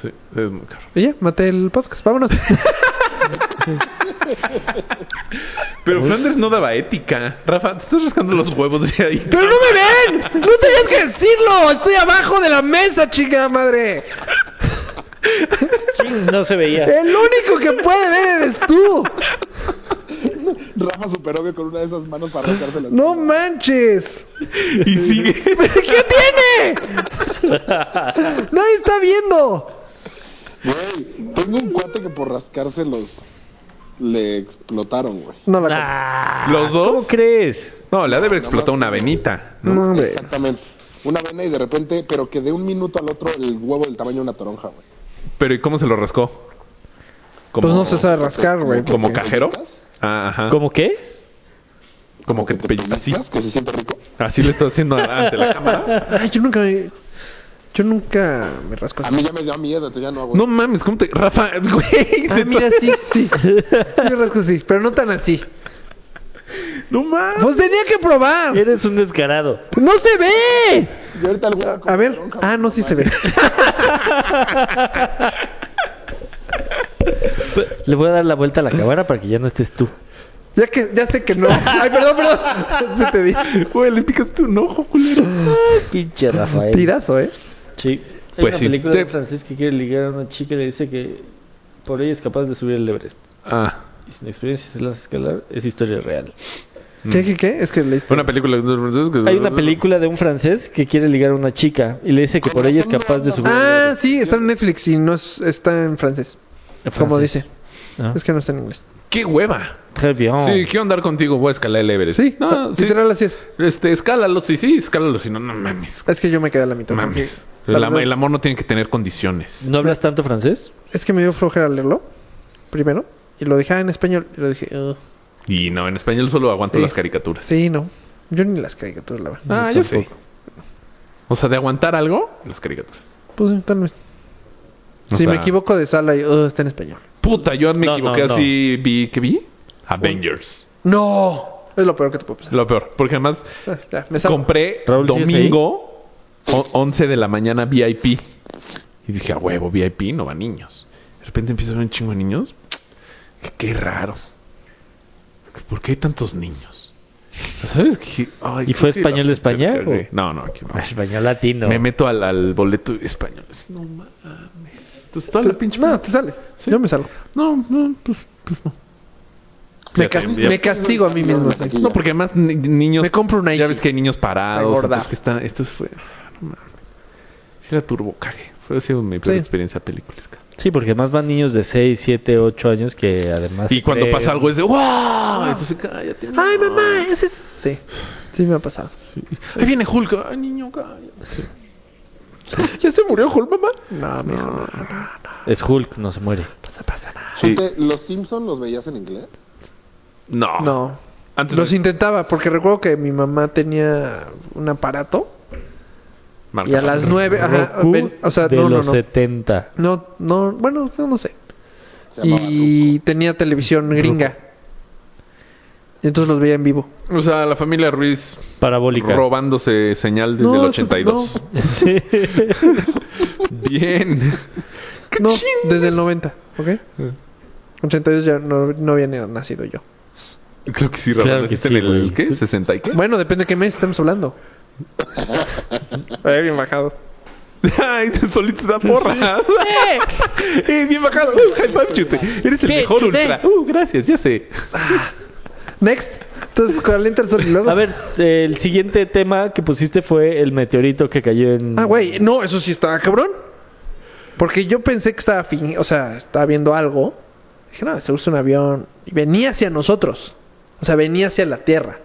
Sí, es muy cabrón.
Y ya, maté el podcast. Vámonos.
Pero Flanders no daba ética. Rafa, te estás rascando los huevos de ahí.
¡Pero no me ven! ¡No tenías que decirlo! ¡Estoy abajo de la mesa, chica madre!
No se veía.
¡El único que puede ver eres tú!
Rafa super obvio con una de esas manos para arrancarse las
¡No manches!
Y sigue.
¿Qué tiene? Nadie está viendo.
Güey, tengo un cuate que por rascarse los le explotaron, güey.
No la
Ah,
¿Los dos?
¿Cómo crees?
No, le ha de haber explotado una venita.
no, no, hombre.
Exactamente. Una vena y de repente, pero que de un minuto al otro el huevo del tamaño de una toronja, güey.
Pero ¿y cómo se lo rascó? Como,
Pues no se sabe rascar, güey.
¿Como
porque-
cajero? Ah, ajá.
¿Cómo qué?
Como que te pellizca así.
¿Estás? Que se siente rico.
Así le está haciendo ante la cámara.
Ay, yo nunca me... Yo nunca me rasco
A
así.
mí ya me dio miedo, entonces ya no hago.
No mames, ¿cómo te. Rafa, güey.
Ah,
te-
mira, sí, sí. Sí me rasco así, pero no tan así.
No mames.
Pues tenía que probar.
Eres un descarado.
¡No se ve!
Y ahorita el huevo con
A ver.
toronja,
Ah,
güey,
no, sí se ve.
mames.
Le voy a dar la vuelta a la cámara para que ya no estés tú.
Ya que, ya sé que no. Ay, perdón, perdón. Se te di.
Güey, le picaste un ojo, culero.
Pinche Rafael.
Tirazo, ¿eh?
Sí. Hay
Pues
una
sí.
película de
Te-
francés que quiere ligar a una chica y le dice que por ella es capaz de subir el Everest.
Ah.
Y sin experiencia se lanza a escalar. Es historia real.
¿Qué, qué, qué? Es que leíste.
Una película.
Hay una película de un francés que quiere ligar a una chica y le dice que por ella es capaz de subir el
Ah,
Everest.
sí, está en Netflix y no es, está en francés. como
Francés.
dice.
Ah.
Es que no está en inglés.
¡Qué hueva!
Très bien.
Sí, quiero andar contigo, voy a escalar el Everest.
Sí,
no, sí.
literal así es.
Este, escálalo, sí, sí, escálalo, si no, no mames.
Es que yo me quedé a la mitad.
Mames.
La
El, am-
verdad-
el amor no tiene que tener condiciones.
¿No hablas tanto francés?
Es que me dio flojera leerlo primero y lo dejaba en español y lo dije, "Ugh,
Y no, en español solo aguanto
Sí.
las caricaturas.
sí, no. Yo ni las caricaturas la verdad.
Ah,
Yo
yo sí. O sea, de aguantar algo, las caricaturas.
Pues sí, tal vez.
Ah. O
Si
sea-
me equivoco de sala y "Ugh, está en español.
Puta, yo me
No,
equivoqué
no, no.
así, vi, ¿qué vi? Avengers.
No, es lo peor que te puede pasar.
Lo peor, porque además
Ah, ya, me salgo.
compré
Raúl, ¿sí es ahí?
domingo o- 11 de la mañana VIP. Y dije, a huevo, VIP, no va niños. De repente empiezan a ver un chingo de niños. Qué, qué raro. ¿Por qué hay tantos niños? ¿Sabes qué? Ay,
¿Y fue
qué
español de
así te
España,
cagué.
o?
No, no, aquí no.
Español latino.
Me meto al, al boleto español. No mames. Entonces, toda la pinche.
No, te sales.
Sí.
Yo me salgo.
No, no, pues, pues no.
Me,
Ya te-
cas-
ya-
me castigo a mí mismo.
No,
sí.
aquí.
No, porque además ni- niños.
Me compro una
Ya
Easy.
ves que hay niños parados.
Regorda.
entonces que están, esto fue. No mames. Sí, la turbo cague. Fue ha sido mi peor
Sí.
experiencia película.
Sí, porque más van niños de 6, 7, 8 años que además...
Y cuando
creen-
pasa algo es de ¡Wow! Ah, Entonces cállate. niño.
Ay,
Ah.
mamá, ese es. Sí, sí me ha pasado.
Sí. Ahí viene Hulk. ¡Ay, niño, cállate! Sí.
¿Ya se murió Hulk, mamá? No, mijo, no, no, no,
Es Hulk, no se muere.
no se pasa nada.
Sí.
Chute, ¿Los Simpsons los veías en inglés?
No.
No.
Ah. Antes
Los
de-
intentaba, porque recuerdo que mi mamá tenía un aparato
Marca.
y a las nueve, ajá,
Roku
ven, o sea,
de
no, no,
los
no,
70.
no, no, bueno, no, no sé.
Se llamaba
Y tenía televisión gringa. Y entonces los veía en vivo.
O sea, la familia Ruiz
Parabólica.
robándose señal desde
No,
el
eso-
82.
Sí.
Bien.
No, desde el 90, ¿ok?
Eh.
82 ya no, no había ni nacido yo.
Creo que sí, Raúl.
Claro que
naciste
sí,
en el,
güey.
¿qué? ¿60 y qué?
Bueno, depende de qué mes estamos hablando. Ay, bien bajado.
Ay, solito se da porras. Eh, bien bajado. Uh, high five, chute. Eres el
¿Qué,
mejor
chute?
ultra. Uh, gracias, ya sé.
Next. Entonces calienta el sol y luego.
A ver, el siguiente tema que pusiste fue el meteorito que cayó en...
Ah, güey, no, eso sí estaba cabrón. Porque yo pensé que estaba fin, o sea, estaba viendo algo. Dije, no, se usa un avión. Y venía hacia nosotros. O sea, venía hacia la Tierra.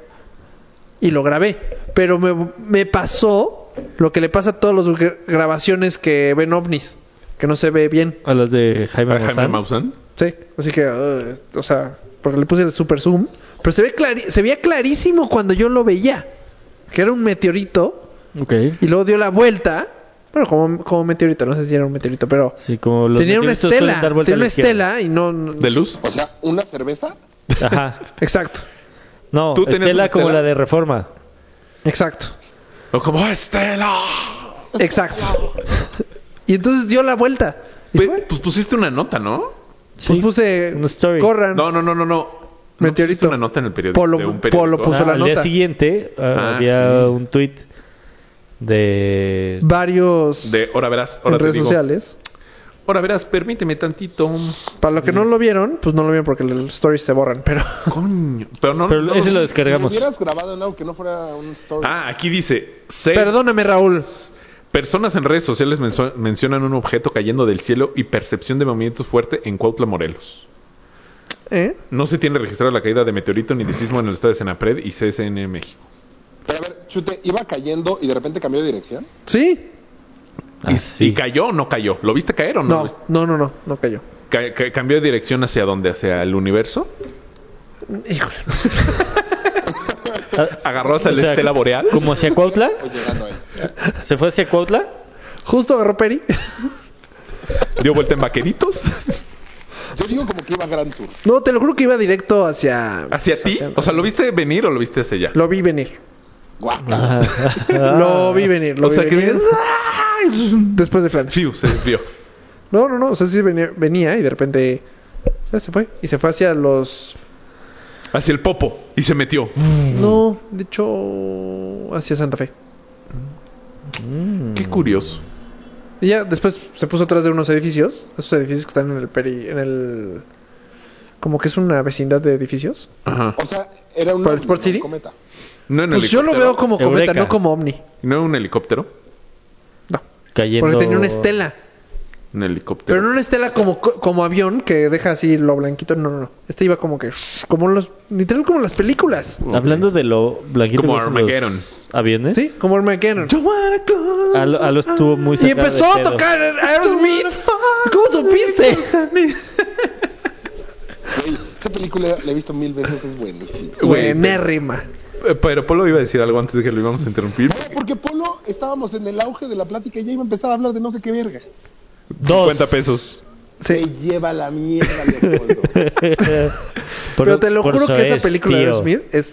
Y lo grabé. Pero me, me pasó lo que le pasa a todas las gra- grabaciones que ven ovnis. Que no se ve bien.
A las de Jaime
¿A Jaime
Maussan.
Maussan?
Sí, así que, uh, o sea, porque le puse el super zoom. Pero se, ve clari- se veía clarísimo cuando yo lo veía. Que era un meteorito
Ok.
y luego dio la vuelta. Bueno, como, como meteorito, no sé si era un meteorito, pero
Sí, como los
tenía una
meteoritos suelen
estela.
dar vuelta
Tenía
a la
una
izquierda.
estela y no. no-
¿De luz?
Ruco. O sea, ¿una cerveza?
Ajá.
Exacto,
No,
¿Tú tenías
estela
una
como
estela?
la de Reforma.
exacto,
O como ¡Ah, Estela.
exacto. Y entonces dio la vuelta. Y se
Pues,
fue.
pues pusiste una nota, ¿no?
Sí.
Pues puse.
una story.
Corran.
No, no, no, no, no. ¿No pusiste
Meteorito.
una nota en el periódico.
Polo-
de un periódico?
Polo puso-
Ah,
la
al día
nota.
siguiente ah,
Ah,
había
sí.
un tweet de...
Varios
De ahora verás, ahora
en
te
redes
digo.
sociales.
Ahora verás, permíteme tantito.
Para los que no lo vieron, pues no lo vieron porque los stories se borran, pero.
Coño. Pero no.
Pero
no-
ese lo
Lo
descargamos.
hubieras grabado en algo que no fuera un story.
Ah, aquí dice. seis
Perdóname, Raúl.
Personas en redes sociales menso- mencionan un objeto cayendo del cielo y percepción de movimiento fuerte en Cuautla, Morelos.
¿Eh?
No se tiene registrada la caída de meteorito ni de sismo en el estado de Senapred y CSN México.
Pero a ver, Chute, ¿iba cayendo y de repente cambió de dirección?
Sí.
Ah,
y,
sí.
y cayó o no cayó? ¿Lo viste caer o no? lo
No,
viste?
no, no, no, no cayó.
Ca- ca- ¿Cambió de dirección hacia dónde? ¿Hacia el universo?
Híjole.
Ah,
¿Agarró hacia
O
la
sea,
estela boreal?
¿Como hacia Cuautla?
¿O llegando ahí?
¿Se fue hacia Cuautla?
Justo agarró Peri.
¿Dio vuelta en vaqueritos?
Yo digo como que iba a Gran Sur.
No, te lo juro que iba directo hacia.
¿Hacia ti? O sea, ¿lo viste venir o lo viste hacia allá?
Lo vi venir. Ah.
Guau.
Lo vi venir.
Ah.
Lo
o
vi
sea, que
venir.
vienes...
Después de Flanders.
Fiu, se desvió.
No, no, no. O sea, sí venía, venía y de repente ya se fue. Y se fue hacia los.
Hacia el popo y se metió.
No, de hecho, hacia Santa Fe.
Mm.
Qué curioso.
Y ya después se puso atrás de unos edificios. Esos edificios que están en el peri. En el. Como que es una vecindad de edificios.
Ajá.
O sea, era un
¿Por el Sport
no,
City?
cometa.
No en
Pues yo lo
helicóptero.
veo como cometa,
Eureka.
no como ovni.
¿No en un helicóptero?
No.
Cayendo...
Porque tenía una estela.
Un helicóptero.
Pero no una estela como, como avión que deja así lo blanquito. No, no, no. Este iba como que. Como los. Literal como las películas.
Hablando de lo blanquito
Como
que son los
Armageddon.
aviones.
Sí, como Armageddon.
A Ah, lo, a lo estuvo muy
Y
cerca
empezó a tocar Aerosmith. ¿Cómo supiste?
Güey, esa película la he visto mil veces, es buenísima.
Güey,
Buenérrima.
Eh, Pero Polo iba a decir algo antes de que lo íbamos a interrumpir.
No, porque Polo estábamos en el auge de la plática y ya iba a empezar a hablar de no sé qué vergas.
Dos.
50 pesos.
Se lleva la mierda, Leopoldo.
Pero te lo
por
juro
eso
que esa
es,
película de
tío.
Aerosmith es,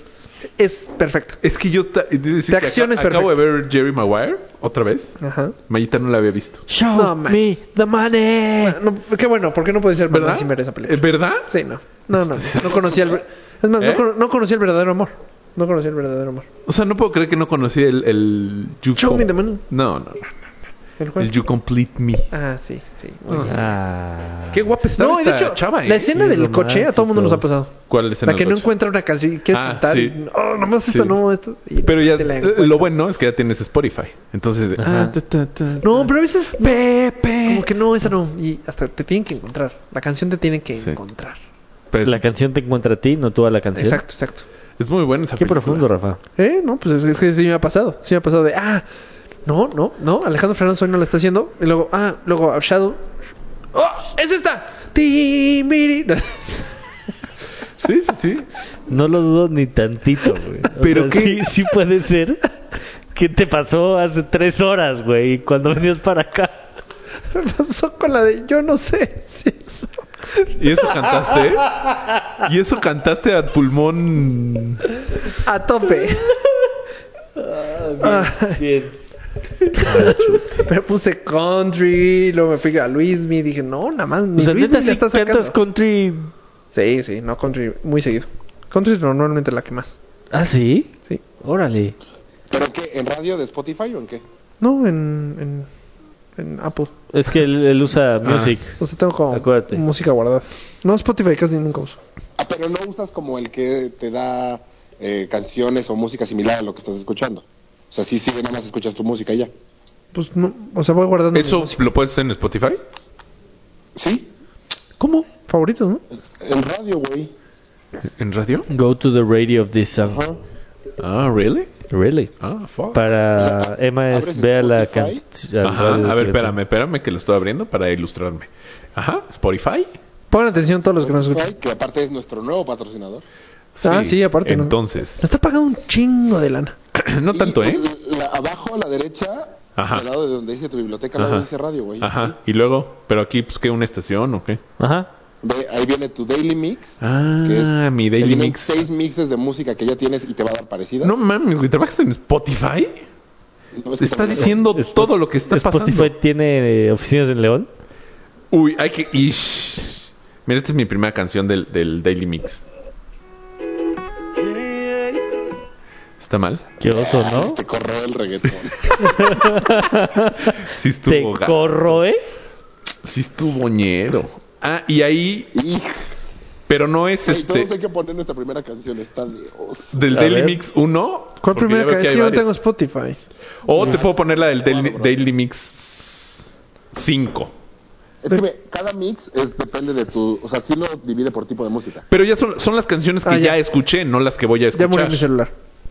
es perfecta.
Es que yo ta- debo decir
De
que
acción es
aca- acabo de ver Jerry Maguire otra vez.
Ajá.
Mayita no la había visto.
Show
No,
me
manches.
the money.
No, qué bueno, porque no puede ser
¿Verdad?
verdad sin ver esa película.
Eh, ¿Verdad?
Sí, no. No, no. No conocía el. ver- Es más,
¿Eh?
no, cono- no conocía el verdadero amor. No conocía el verdadero amor.
O sea, no puedo creer que no conocí el, el You
Show
Com-
me the money.
No, no.
El juego.
El You Complete Me.
Ah, sí, sí. muy bien.
Ah.
Qué guapa está
No, y de
esta
hecho,
chava, ¿eh?
la escena
Es
del coche a todo mundo nos ha
romántico.
pasado.
¿Cuál escena
La que
del
no
coche?
encuentra una canción y quieres
Ah,
cantar. y,
sí.
oh, nomás esto
Sí.
no, esto. y
Pero ya,
te la
eh,
encuentras.
lo bueno es que ya tienes Spotify. Entonces,
Ajá.
ah, ta, ta, ta,
No, pero a veces. Como que no, esa no. Y hasta te tienen que encontrar. La canción te tiene que
Sí.
encontrar.
pero
La canción te encuentra a ti, no tú a la canción.
Exacto, exacto.
es muy buena esa
Qué
película.
profundo, Rafa.
Eh, no, pues es, es que sí me ha pasado. Sí me ha pasado de, ah, no, no, no, Alejandro Fernández hoy no lo está haciendo. Y luego, ah, luego, Shadow. ¡Oh! ¡Es esta! ¡Timiri!
Sí, sí, sí.
No lo dudo ni tantito, güey.
Pero
Pero
qué-
sí, sí puede ser que te pasó hace tres horas, güey, cuando venías para acá.
Me pasó con la de, yo no sé si es.
¿Y eso cantaste? ¿Y eso cantaste a pulmón?
A tope. Ah,
Bien.
Pero puse country, luego me fui a Luismi y dije, no, nada más.
O
Ni
sea,
Luismi
neta,
la
sí
está sacando.
cantas country.
Sí, sí, no, country muy seguido. Country es normalmente la que más.
¿Ah, sí?
Sí.
Órale.
¿Pero qué? ¿En radio de Spotify o en qué?
No, en, en, en Apple.
Es que él, él usa music.
O sea, tengo como
Acuérdate.
música guardada. No, Spotify casi nunca uso.
Ah, pero no usas como el que te da eh, canciones o música similar a lo que estás escuchando. O sea, sí, sí, nada más escuchas tu música y ya.
Pues no, o sea, voy guardando mis
¿Eso lo puedes hacer en Spotify?
Sí,
¿Cómo?
favoritos, ¿no?
en radio, güey.
¿En radio?
Go to the radio of this song.
Ajá.
Ah, ¿really?
Really?
Ah, fuck.
Para Emma
abres
es vea la
Spotify.
canción.
Ajá, a ver, espérame, espérame que lo estoy abriendo para ilustrarme. Ajá, Spotify.
Pongan atención todos los que nos escuchan.
Spotify, que aparte es nuestro nuevo patrocinador.
Ah, sí, aparte, ¿no?
Entonces,
Nos está pagando un chingo de lana.
no tanto,
Y,
¿eh?
la- abajo a la derecha,
Ajá.
al lado de donde dice tu biblioteca,
Ajá.
luego dice radio, güey.
Ajá, y luego, pero aquí, pues, ¿qué? ¿Una estación o qué?
Ajá.
Ve, ahí viene tu Daily Mix. que
Ah,
es-
mi
te
Daily
vienen
Mix.
Seis mixes de música que ya tienes y te va a dar parecidas.
No mames, güey, ¿trabajas en Spotify?
No,
Te
es que
está
también-
diciendo
Sp-
todo lo que está
Spotify
pasando.
tiene eh, oficinas en León.
Uy, hay que... Ish. Mira, esta es mi primera canción del, del Daily Mix. ¿Está mal?
Qué oso,
Ah,
¿no?
Te corró el reggaetón.
Este Sí
Te
estuvo... ga-
corro, ¿eh?
sí estuvo ñero. Ah, y ahí...
y
Pero no es
güey, todos hay
este...
que poner nuestra primera canción. Está de oso.
Del
A
Daily
ver.
Mix 1.
¿Cuál
porque
primera
ya veo
que es
hay
que yo no
varias.
tengo Spotify?
O te puedo poner la del Daily,
Bueno, bro.
Daily Mix 5.
Es que ve, cada mix es, depende de tu. O sea, sí lo divide por tipo de música.
Pero ya son, son las canciones que
Ah,
ya.
ya.
escuché, no las que voy a
Ya murió
escuchar.
mi celular.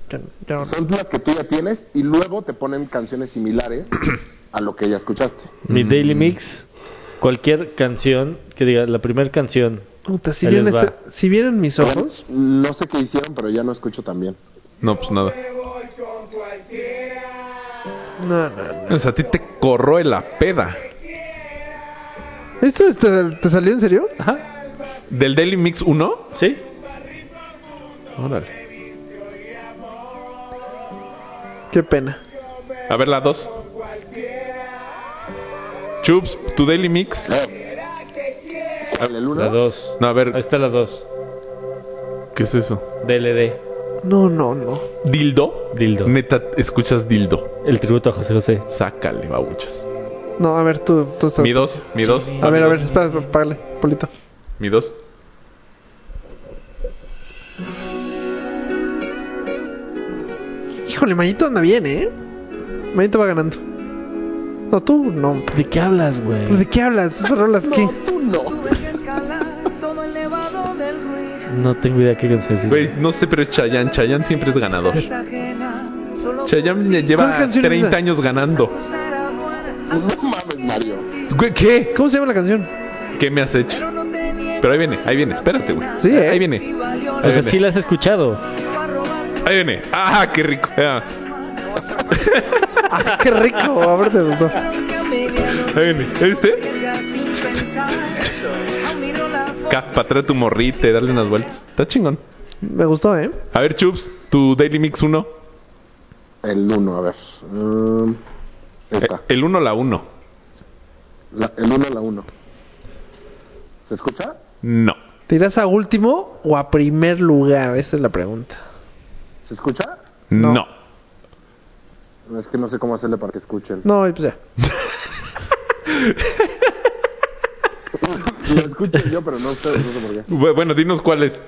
Ya, ya no.
Son las que tú ya tienes y luego te ponen canciones similares a lo que ya escuchaste.
Mi Daily Mix. Cualquier canción que diga, la primera canción.
Puta, si,
Ahí les
vieran este-
va.
si vieran mis ojos,
No sé qué hicieron, pero ya no escucho tan bien.
No, pues nada.
no, no, no.
O sea, a ti te corroe la peda.
¿Esto este, te, te salió en serio?
Ajá. ¿Del Daily Mix 1?
¿Sí?
Órale.
Qué pena.
A ver, la 2. Chups, tu Daily Mix.
Eh. ¿Cuál, ¿El uno?
La 2.
No, a
Ahí
ver,
está la 2.
¿qué es eso?
DLD.
No, no, no.
¿Dildo?
Dildo.
Neta, escuchas dildo.
El tributo a José José.
Sácale, babuchas.
No, a ver, tú, tú estás.
Mi 2, mi 2.
A ver, a ver, espera, págale, Polito.
Mi 2.
Híjole, Mayito anda bien, ¿eh? Mayito va ganando. No, tú no.
¿De qué hablas, güey?
¿De qué hablas? ¿Esas rolas qué?
Tuve que escalar todo el elevado del Ruiz.
No tengo idea qué canción es. esa.
Güey, no sé, pero es Chayanne. Chayanne siempre es ganador.
Cartagena, solo
Chayanne me
¿Cuál
lleva
canción es
30
esa?
años ganando.
será buena.
No mames, Mario.
Güey, ¿qué?
¿Cómo se llama la canción?
¿Qué me has hecho?
Pero no te niego
Pero ahí viene, ahí viene, espérate, güey.
Sí, ¿eh?
Ahí viene,
si valió
O
la
sea, sí la has escuchado.
pena robar
ahí viene. ¡Ah, qué rico! Ah,
Ah, qué rico. A ver, te gustó.
que a medianoche
Ahí viene, ¿Este? ¿viste?
ya sin pensar. Aún miro la foto
Acá, para atrás tu morrite, darle unas vueltas. Está chingón.
Me gustó, ¿eh?
A ver, Chups, tu Daily Mix 1.
El 1, a ver. Mm, esta.
Eh, El 1, la 1.
La- el 1, la 1. ¿Se escucha?
No.
¿Te irás a último o a primer lugar? Esa es la pregunta.
¿Se escucha?
No.
Es que no sé cómo hacerle para que escuchen.
No, pues ya.
Lo escucho yo, pero no ustedes, no sé por qué.
Bu- Bueno, dinos cuál es.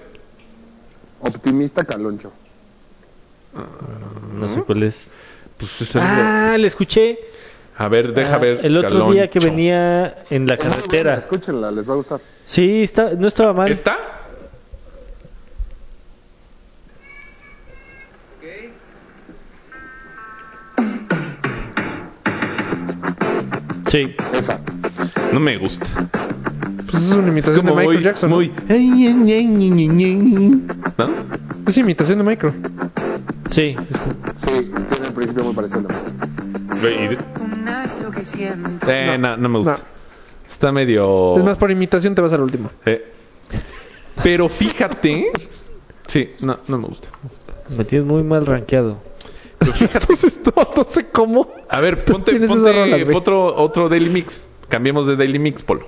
Optimista Caloncho.
No sé cuál es.
Pues es
Ah, la escuché.
A ver, deja
Ah,
ver.
El otro día que
Caloncho.
venía en la
Es muy buena,
carretera.
Escúchenla, les va a gustar.
Sí, está, no estaba mal.
¿Está?
Sí.
Esa.
No me gusta.
Pues es una imitación
Como
de Michael
muy-
Jackson.
muy-
¿no? Ay, ay, ay, ay, ay,
¿No?
ay. Es Pues imitación de Michael.
Sí.
Sí, tiene el principio muy parecido.
Ve-
gimnasio que siento.
Eh, no. no, me gusta.
No.
Está medio...
Es más, por imitación te vas al último.
Eh, Pero fíjate... Sí, no, no me gusta.
Me tienes muy mal rankeado.
Pero fíjate...
Entonces, no, no sé cómo.
A ver, ponte,
Tienes
ponte
esas rolas, güey.
otro, otro Daily Mix. Cambiemos de Daily Mix, Polo.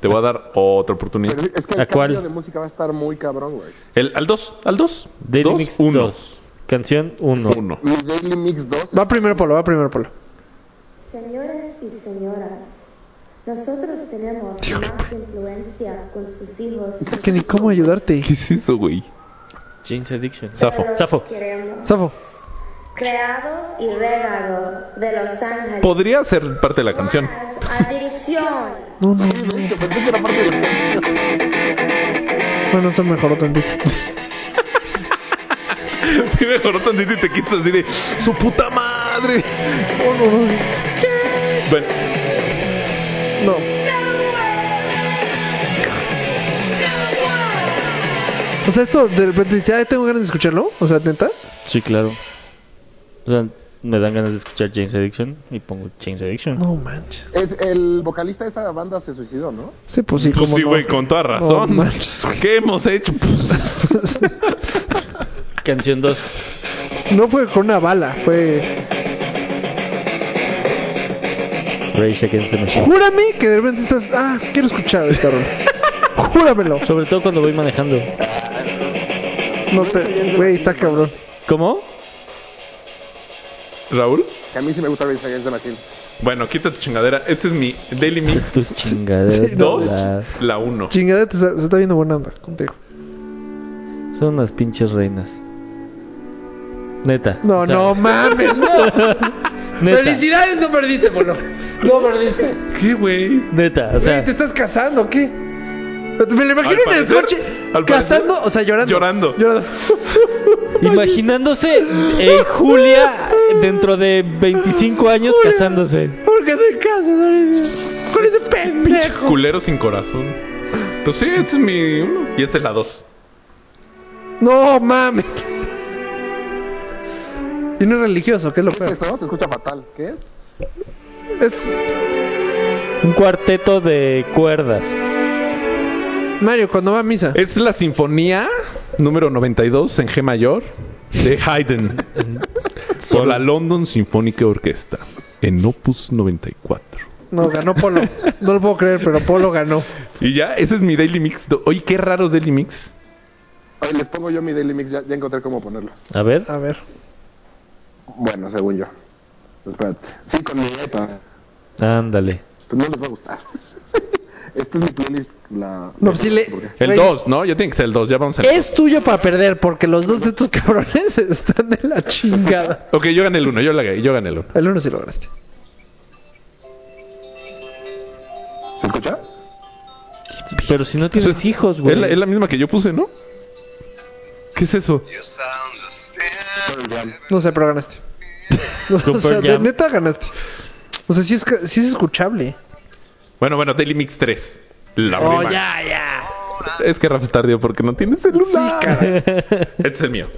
Te voy a dar otra oportunidad.
Pero es que
¿A
el
cuál?
cambio de música va a estar muy cabrón, güey.
El, al 2, al 2.
Daily Mix 2. Canción 1.
1.
Mi Daily Mix 2.
Va primero Polo, va primero Polo.
Señores y señoras, nosotros tenemos más influencia con sus hijos.
Es que ni cómo ayudarte.
¿Qué es eso, güey?
James Addiction.
Zafo.
Los
Zafo.
queremos.
Zafo.
Creado y regado de Los Ángeles.
Podría ser parte de la canción.
Más Adicción.
No, no. Bueno, eso mejoró tantito.
Sí, mejoró tantito y te quitas así de su puta madre.
Oh, no, no.
Bueno, pues
No. O sea, esto de repente dice, ah, tengo ganas de escucharlo. O sea, neta.
Sí, claro. O sea, me dan ganas de escuchar James Addiction y pongo James Addiction.
No manches.
Es, el vocalista de esa banda se suicidó, ¿no?
Sí, pues sí,
pues
cómo
sí,
no.
güey, con toda razón.
No manches, güey.
¿Qué hemos hecho?
Canción 2.
No fue con una bala, fue.
Rage Against the Machine.
Júrame que de repente estás. Ah, quiero escuchar esta rola. Júramelo.
Sobre todo cuando voy manejando.
No te. Güey, está cabrón.
¿Cómo?
Raúl,
Que a mí sí me gusta Rage Against the Machine.
bueno, quita tu chingadera. Este es mi Daily Mix
Tus chingaderas.
Sí, no.
2,
la-
la 1.
Chingada, te- se está viendo buena onda contigo.
Son unas pinches reinas. Neta.
No,
o sea,
no mames, no.
Neta.
Felicidades, no perdiste, boludo. No perdiste.
¿Qué, güey?
Neta, o sea,
Güey, te estás casando, ¿qué? Me lo imagino
Al
en el
parecer-
coche.
al
Casando,
parecer-
o sea, llorando.
llorando.
Llorando.
imaginándose eh, Julia dentro de 25 años
Julia.
casándose.
¿Por qué te casas, Olivia? Con ese pendejo.
Culero sin corazón. Pues sí, este es mi 1. Y esta es la 2.
No mames. Y no es religioso, ¿qué es lo
¿Qué
peor?
es eso? Se escucha fatal. ¿Qué es?
Es.
Un cuarteto de cuerdas.
Mario, cuando va a misa.
Es la sinfonía número 92 en G mayor de Haydn por la London Symphonic Orchestra en Opus 94.
No, ganó Polo. No lo puedo creer, pero Polo ganó.
Y ya, ese es mi Daily Mix. Do- Oye, qué raros Daily Mix.
Oye, les pongo yo mi Daily Mix, ya, ya encontré cómo ponerlo.
A ver.
A ver.
Bueno, según yo. Espérate. Sí, con mi iPad.
Ándale.
Pues no les va a gustar. Esta es mi playlist. La...
No, pues sí le-
¿Por qué?
El
Güey.
2, ¿no? Ya tiene que ser el 2, ya vamos a...
Es tuyo para perder, porque los dos de estos cabrones están de la chingada.
Ok, yo gané el 1, yo, la- yo gané el 1.
El uno sí lograste.
¿Se escucha?
Pero si no
Pues
tienes
es-
hijos, güey.
Es la, es la misma que yo puse, ¿no? ¿Qué es eso?
Pearl Jam.
No sé, pero ganaste. o
Super
sea, de
Jam.
neta ganaste. O sea, sí es, ca- sí es escuchable.
Bueno, bueno, Daily Mix 3. La
Oh,
rima.
ya, ya.
Es que Rafa es tardío porque no tiene celular. este es el mío.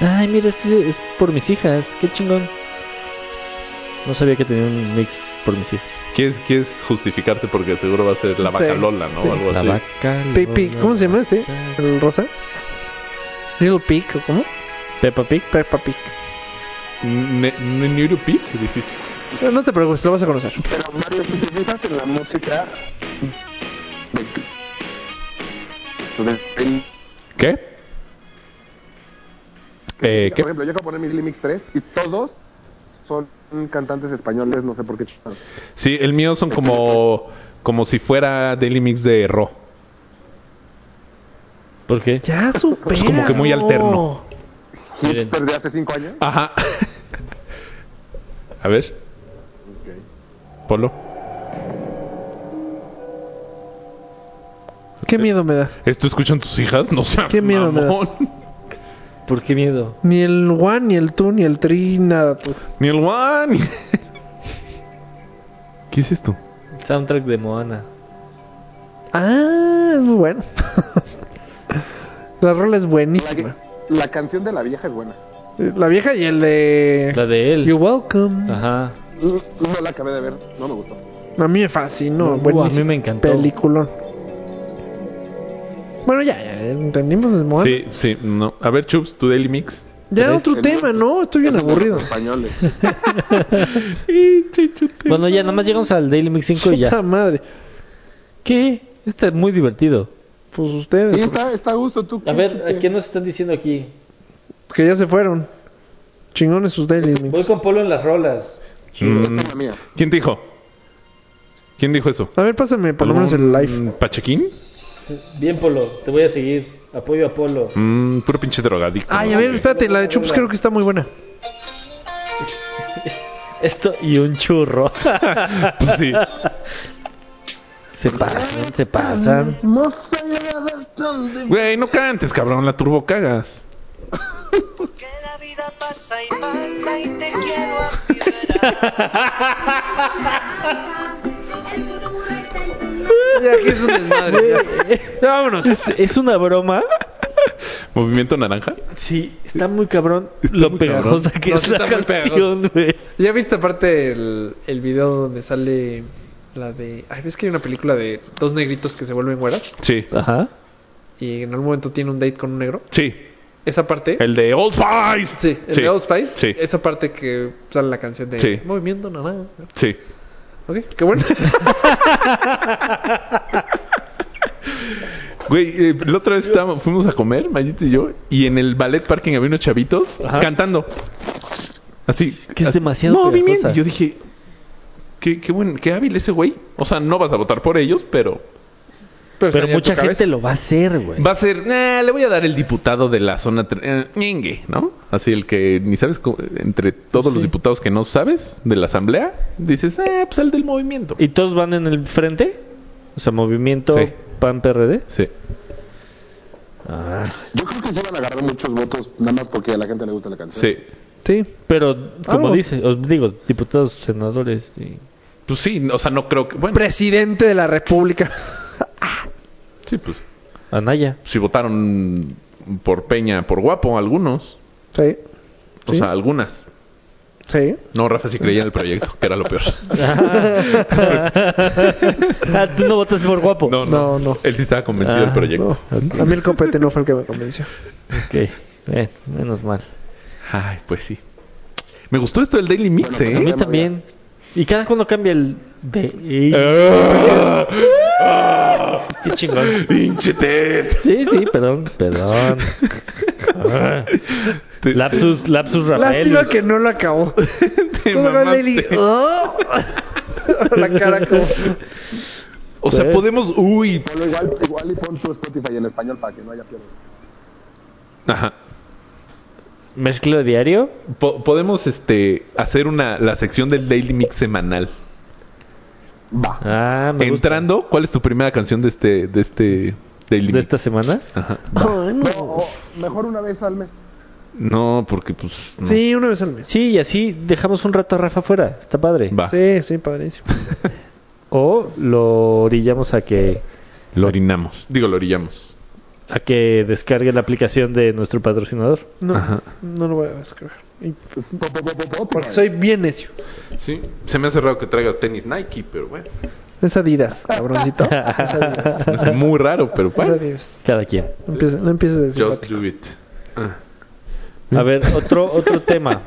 Ay, mira, este es por mis hijas. Qué chingón. No sabía que tenía un mix por mis hijas.
¿Quieres, quieres justificarte porque seguro va a ser la vaca
Sí,
Lola, ¿no?
Oh, sí.
O algo
La
así.
vaca.
Pepe, ¿cómo se llama este? ¿El rosa? Little Pig, ¿o ¿cómo?
Peppa Pig.
Peppa Pig.
Ne- ne- Neuro Peak, dijiste.
No, no te preocupes, lo vas a conocer.
Pero Mario, si te fijas en la música... de- de-
¿Qué? Eh, ¿qué?
Por ejemplo, yo acabo de poner mi Daily Mix 3 y todos son cantantes españoles, no sé por qué chingados.
Sí, el mío son como, como si fuera Daily Mix de Ro.
¿Por qué? Pues
Ya supera.
como que muy alterno.
Miren.
Hipster de hace 5 años.
Ajá. A ver,
Ok.
Polo.
Qué miedo me da.
¿Esto escuchan tus hijas? No seas
Qué miedo me
mamón.
¿Por qué miedo?
Ni el Juan, ni el tú, ni el tri, nada. tú.
Ni el One. ¿Qué es esto?
Soundtrack de Moana.
Ah, es muy bueno. La rola es
La,
buenísima.
que- la canción de la vieja es buena.
La vieja y el de...
La de
You're
él.
welcome.
Ajá.
No no la acabé de ver, no me gustó.
A mí me fascinó.
No,
buenísimo.
Uh, a mí me encantó.
Peliculón. Bueno, ya, ya entendimos el modo.
Sí, sí, no. A ver, Chups, tu Daily Mix.
ya
tres.
otro
Que
tema, ¿no? Estoy bien
esos son
aburrido.
los Españoles.
Bueno, ya, nada más llegamos al Daily Mix 5 y
Puta
ya.
madre.
¿Qué? Este es muy divertido.
Pues
Sí,
ustedes,
está, está a gusto tú.
A ver, ¿a ¿qué nos están diciendo aquí?
que ya se fueron. Chingones sus daily mix.
Voy con Polo en las rolas.
Mm.
Esta es la mía.
¿Quién dijo? ¿Quién dijo eso?
A ver, pásame por lo menos el live.
¿Algún ¿Pachequín?
Bien, Polo, te voy a seguir. Apoyo a Polo.
Mm, puro pinche drogadicto.
Ay,
¿no?
a ver, espérate, la de Chups creo que está muy buena.
Esto y un churro.
Pues sí.
se pasan, se pasan.
Güey, no cantes, cabrón, la turbo cagas.
Que la vida pasa y pasa y te quiero aspirar.
Ya, aquí es un desmadre. ya. Ya, vámonos.
Es, es una broma.
¿Movimiento naranja?
Sí, está muy cabrón lo pegajosa que
No,
es
sí
la
está muy
canción, güey.
¿Ya viste aparte el, el video donde sale la de... Ay, ¿ves que hay una película de dos negritos que se vuelven güeras?
Sí.
Ajá.
Y en algún momento tiene un date con un negro.
Sí.
Esa parte...
El de Old Spice.
Sí, el de Old Spice.
Eh, Sí.
Esa parte que sale la canción de
Sí.
Movimiento Naranja.
Sí.
Ok, qué bueno.
Güey, eh, la otra vez estábamos- fuimos a comer, Mayito y yo, y en el ballet parking había unos chavitos
Ajá.
cantando. Así.
que es
así,
demasiado
Movimiento.
pegajosa.
Y yo dije, qué, qué, buen, qué hábil ese güey. O sea, no vas a votar por ellos, pero
Pero
salía
mucha
tu cabeza.
gente lo va a hacer, güey.
va a ser, "Nah, le voy a dar el diputado de la zona tre- eh, ñengue, ¿no? Así el que ni sabes, cómo- entre todos los diputados que no sabes de la asamblea, dices, eh, pues el del movimiento.
¿Y todos van en el frente? O sea, movimiento
Sí.
PAN PRD.
Sí.
Yo creo que sí van a agarrar muchos votos, nada más porque a la gente le gusta la canción.
Sí.
Sí.
Pero, como
Algo.
dice, os digo, diputados, senadores. y-
Pues sí, o sea, no creo que. Bueno,
Presidente de la República.
sí, pues.
Anaya.
Si votaron por Peña, por Guapo, algunos.
Sí,
O
Sí.
sea, algunas.
sí.
No, Rafa sí creía en el proyecto, que era lo peor.
Ah, tú no votaste por guapo.
No, no.
No, no.
Él sí estaba convencido del
Ah,
proyecto.
No, a mí el copete no fue el que me convenció.
Ok, Bien, menos mal.
Ay, pues sí. Me gustó esto del Daily Mix,
pues,
Bueno,
A
¿eh?
mí
Bueno,
también. ¿Y cada cuando cambia el de? y-
Ah,
Qué chingón.
¡Pinche Ted!
Sí, sí, perdón, perdón. Ah.
Te-
Lapsus, lapsus Rafael.
Lástima que no lo acabó.
te
Todo con
mamaste.
Lili. ¡Oh! la cara como...
O sea, podemos. Uy.
Ponlo igual, igual y pon tu Spotify en español para que no haya pierde.
Ajá.
Mezclo diario.
Po- podemos este, hacer una, la sección del Daily Mix semanal.
Va.
Ah, me gusta.
Entrando, ¿cuál es tu primera canción de este, de este Daily
¿De
Mix?
esta semana?
Ajá.
Ah,
No, o mejor una vez al mes.
No, porque pues... no.
Sí, una vez al mes.
Sí, y así dejamos un rato a Rafa fuera. Está padre.
Va,
Sí, sí, padrísimo.
O lo orillamos a que,
lo orinamos. Digo, lo orillamos.
a que descargue la aplicación de nuestro patrocinador.
No,
Ajá.
no lo voy a descargar. Y-
Po, po, po, po, po,
Porque soy bien necio.
Sí, se me hace raro que traigas tenis Nike, pero bueno.
Es Adidas, cabroncito. Es Adidas.
Es muy raro, pero
Es
bueno.
Adidas.
Cada quien.
No empieces, no empieces de
Just
simpático.
do it. Ah.
A ver, otro, otro tema.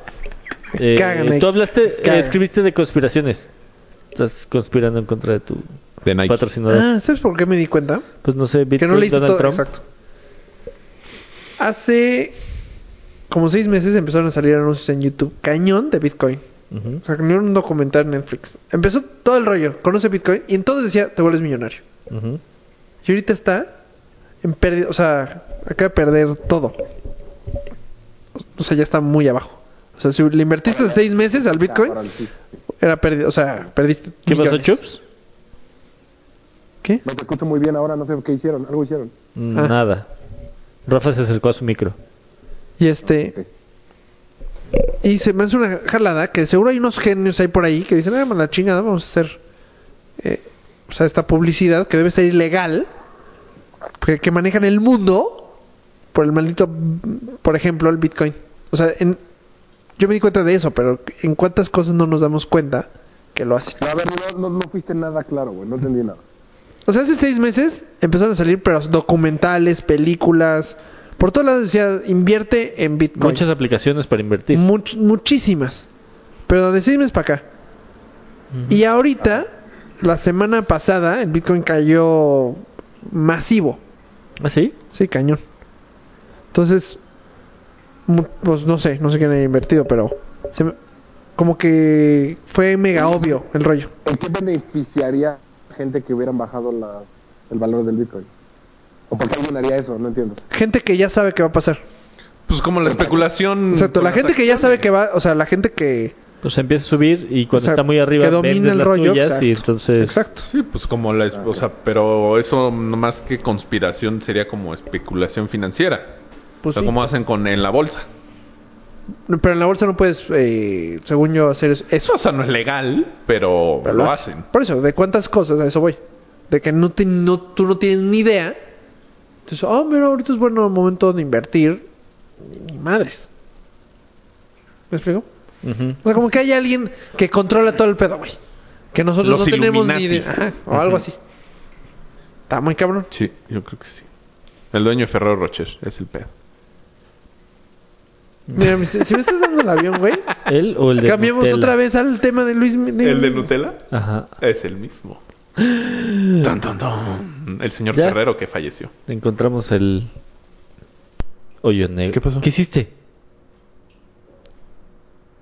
Eh,
Cágame.
Tú hablaste,
Cágame.
eh, escribiste de conspiraciones. Estás conspirando en contra de tu
De Nike.
patrocinador.
Ah, ¿sabes por qué me di cuenta?
pues no sé,
Ah. que
Bitcoin,
no leíste
Donald
todo.
Trump.
Exacto. Hace como seis meses empezaron a salir anuncios en YouTube. Cañón de Bitcoin.
Ujú.
O sea, un documental en Netflix. Empezó todo el rollo. Conoce Bitcoin. Y entonces decía, te vuelves millonario.
Ujú.
Y ahorita está en pérdida. O sea, acaba de perder todo. O sea, ya está muy abajo. O sea, si le invertiste seis meses al Bitcoin,
Cabrón, sí.
era pérdida. O sea, perdiste.
¿Qué pasó,
millones.
Chups?
¿Qué?
No te escucho muy bien ahora, no sé qué hicieron. Algo hicieron.
Ah.
Nada. Rafa se acercó a su micro.
Y este.
Ok.
Y se me hace una jalada que seguro hay unos genios ahí por ahí que dicen, ah, man, la chingada, vamos a hacer. eh, o sea, esta publicidad que debe ser ilegal, que, que manejan el mundo por el maldito, mm, por ejemplo, el Bitcoin. O sea, en- yo me di cuenta de eso, pero en cuántas cosas no nos damos cuenta que lo hacen.
No, a ver, no, no, no fuiste nada claro, güey. No entendí nada.
O sea, hace seis meses empezaron a salir pero documentales, películas, por todos lados decía, invierte en Bitcoin.
Muchas aplicaciones para invertir.
Much- muchísimas. Pero de seis meses para acá. Y ahorita, la semana pasada, el Bitcoin cayó masivo.
¿Ah, sí?
Sí, cañón. Entonces, mu- pues no sé, no sé quién ha invertido, pero se me- como que fue mega obvio el rollo.
¿En qué beneficiaría a gente que hubieran bajado las- el valor del Bitcoin? ¿O por qué alguien haría eso? No entiendo.
Gente que ya sabe que va a pasar.
Pues como la especulación...
Exacto,
Mm, con
la
las
gente que ya sabe que va, o sea, la gente que...
Pues empieza a subir y cuando
o sea,
está muy arriba
que domina
vendes
el
las
rollo,
tuyas y
exacto.
entonces...
Exacto.
Sí, pues como la... es- O sea, pero eso no más que conspiración sería como especulación financiera. o
Pues
sea,
sí.
como hacen con en la bolsa.
Pero en la bolsa no puedes, eh, según yo, hacer eso.
Eso, o sea, no es legal, pero,
Pero
lo hacen.
Por eso, de cuántas cosas, a eso voy. De que no te- no, tú no tienes ni idea. Entonces, oh, mira, ahorita es bueno el momento de invertir. Ni madres. ¿Me explico?
Ujú.
O sea, como que hay alguien que controla todo el pedo, güey. Que nosotros
Los
no tenemos ni
Illuminati.
idea. Ajá, o algo así. Está muy cabrón.
Sí, yo creo que sí. El dueño de Ferrero Rocher es el pedo.
Mira, me- si me estás dando el avión, güey,
¿Él o el de
cambiamos
Nutella?
otra vez al tema de Luis. de-
¿El de Nutella?
Ajá.
Es el mismo. Tan, tan, tan. El señor
¿Ya?
Ferrero que falleció.
Encontramos el hoyo negro.
¿Qué pasó?
¿Qué hiciste?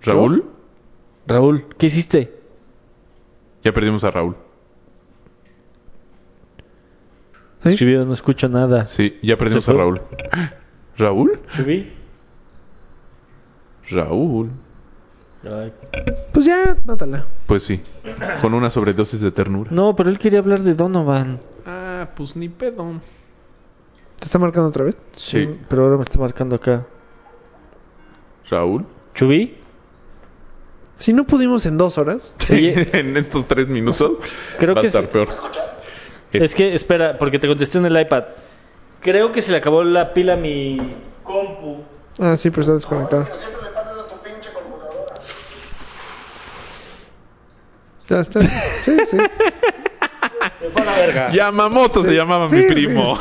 ¿Raúl?
Raúl, ¿qué hiciste?
Ya perdimos a Raúl.
¿Sí?
Escribió, no escucho nada.
Sí, ya perdimos
¿Se
a
fue?
Raúl. ¿Raúl?
¿Subí?
Raúl.
Pues ya, mátala.
Pues sí, con una sobredosis de ternura.
No, pero él quería hablar de Donovan.
Ah, pues ni pedo.
¿Te está marcando otra vez?
Sí.
Pero ahora me está marcando acá.
Raúl.
¿Chubí?
Si no pudimos en dos horas.
Oye.
en estos tres minutos
Creo
va a
que
estar
sí.
peor. Es-
Es que, espera, porque te contesté en el iPad. Creo que se le acabó la pila a mi compu.
Ah, sí, pero está desconectado. Ya está. Sí, sí.
Se fue a la verga.
Yamamoto se llamaba mi
sí.
primo.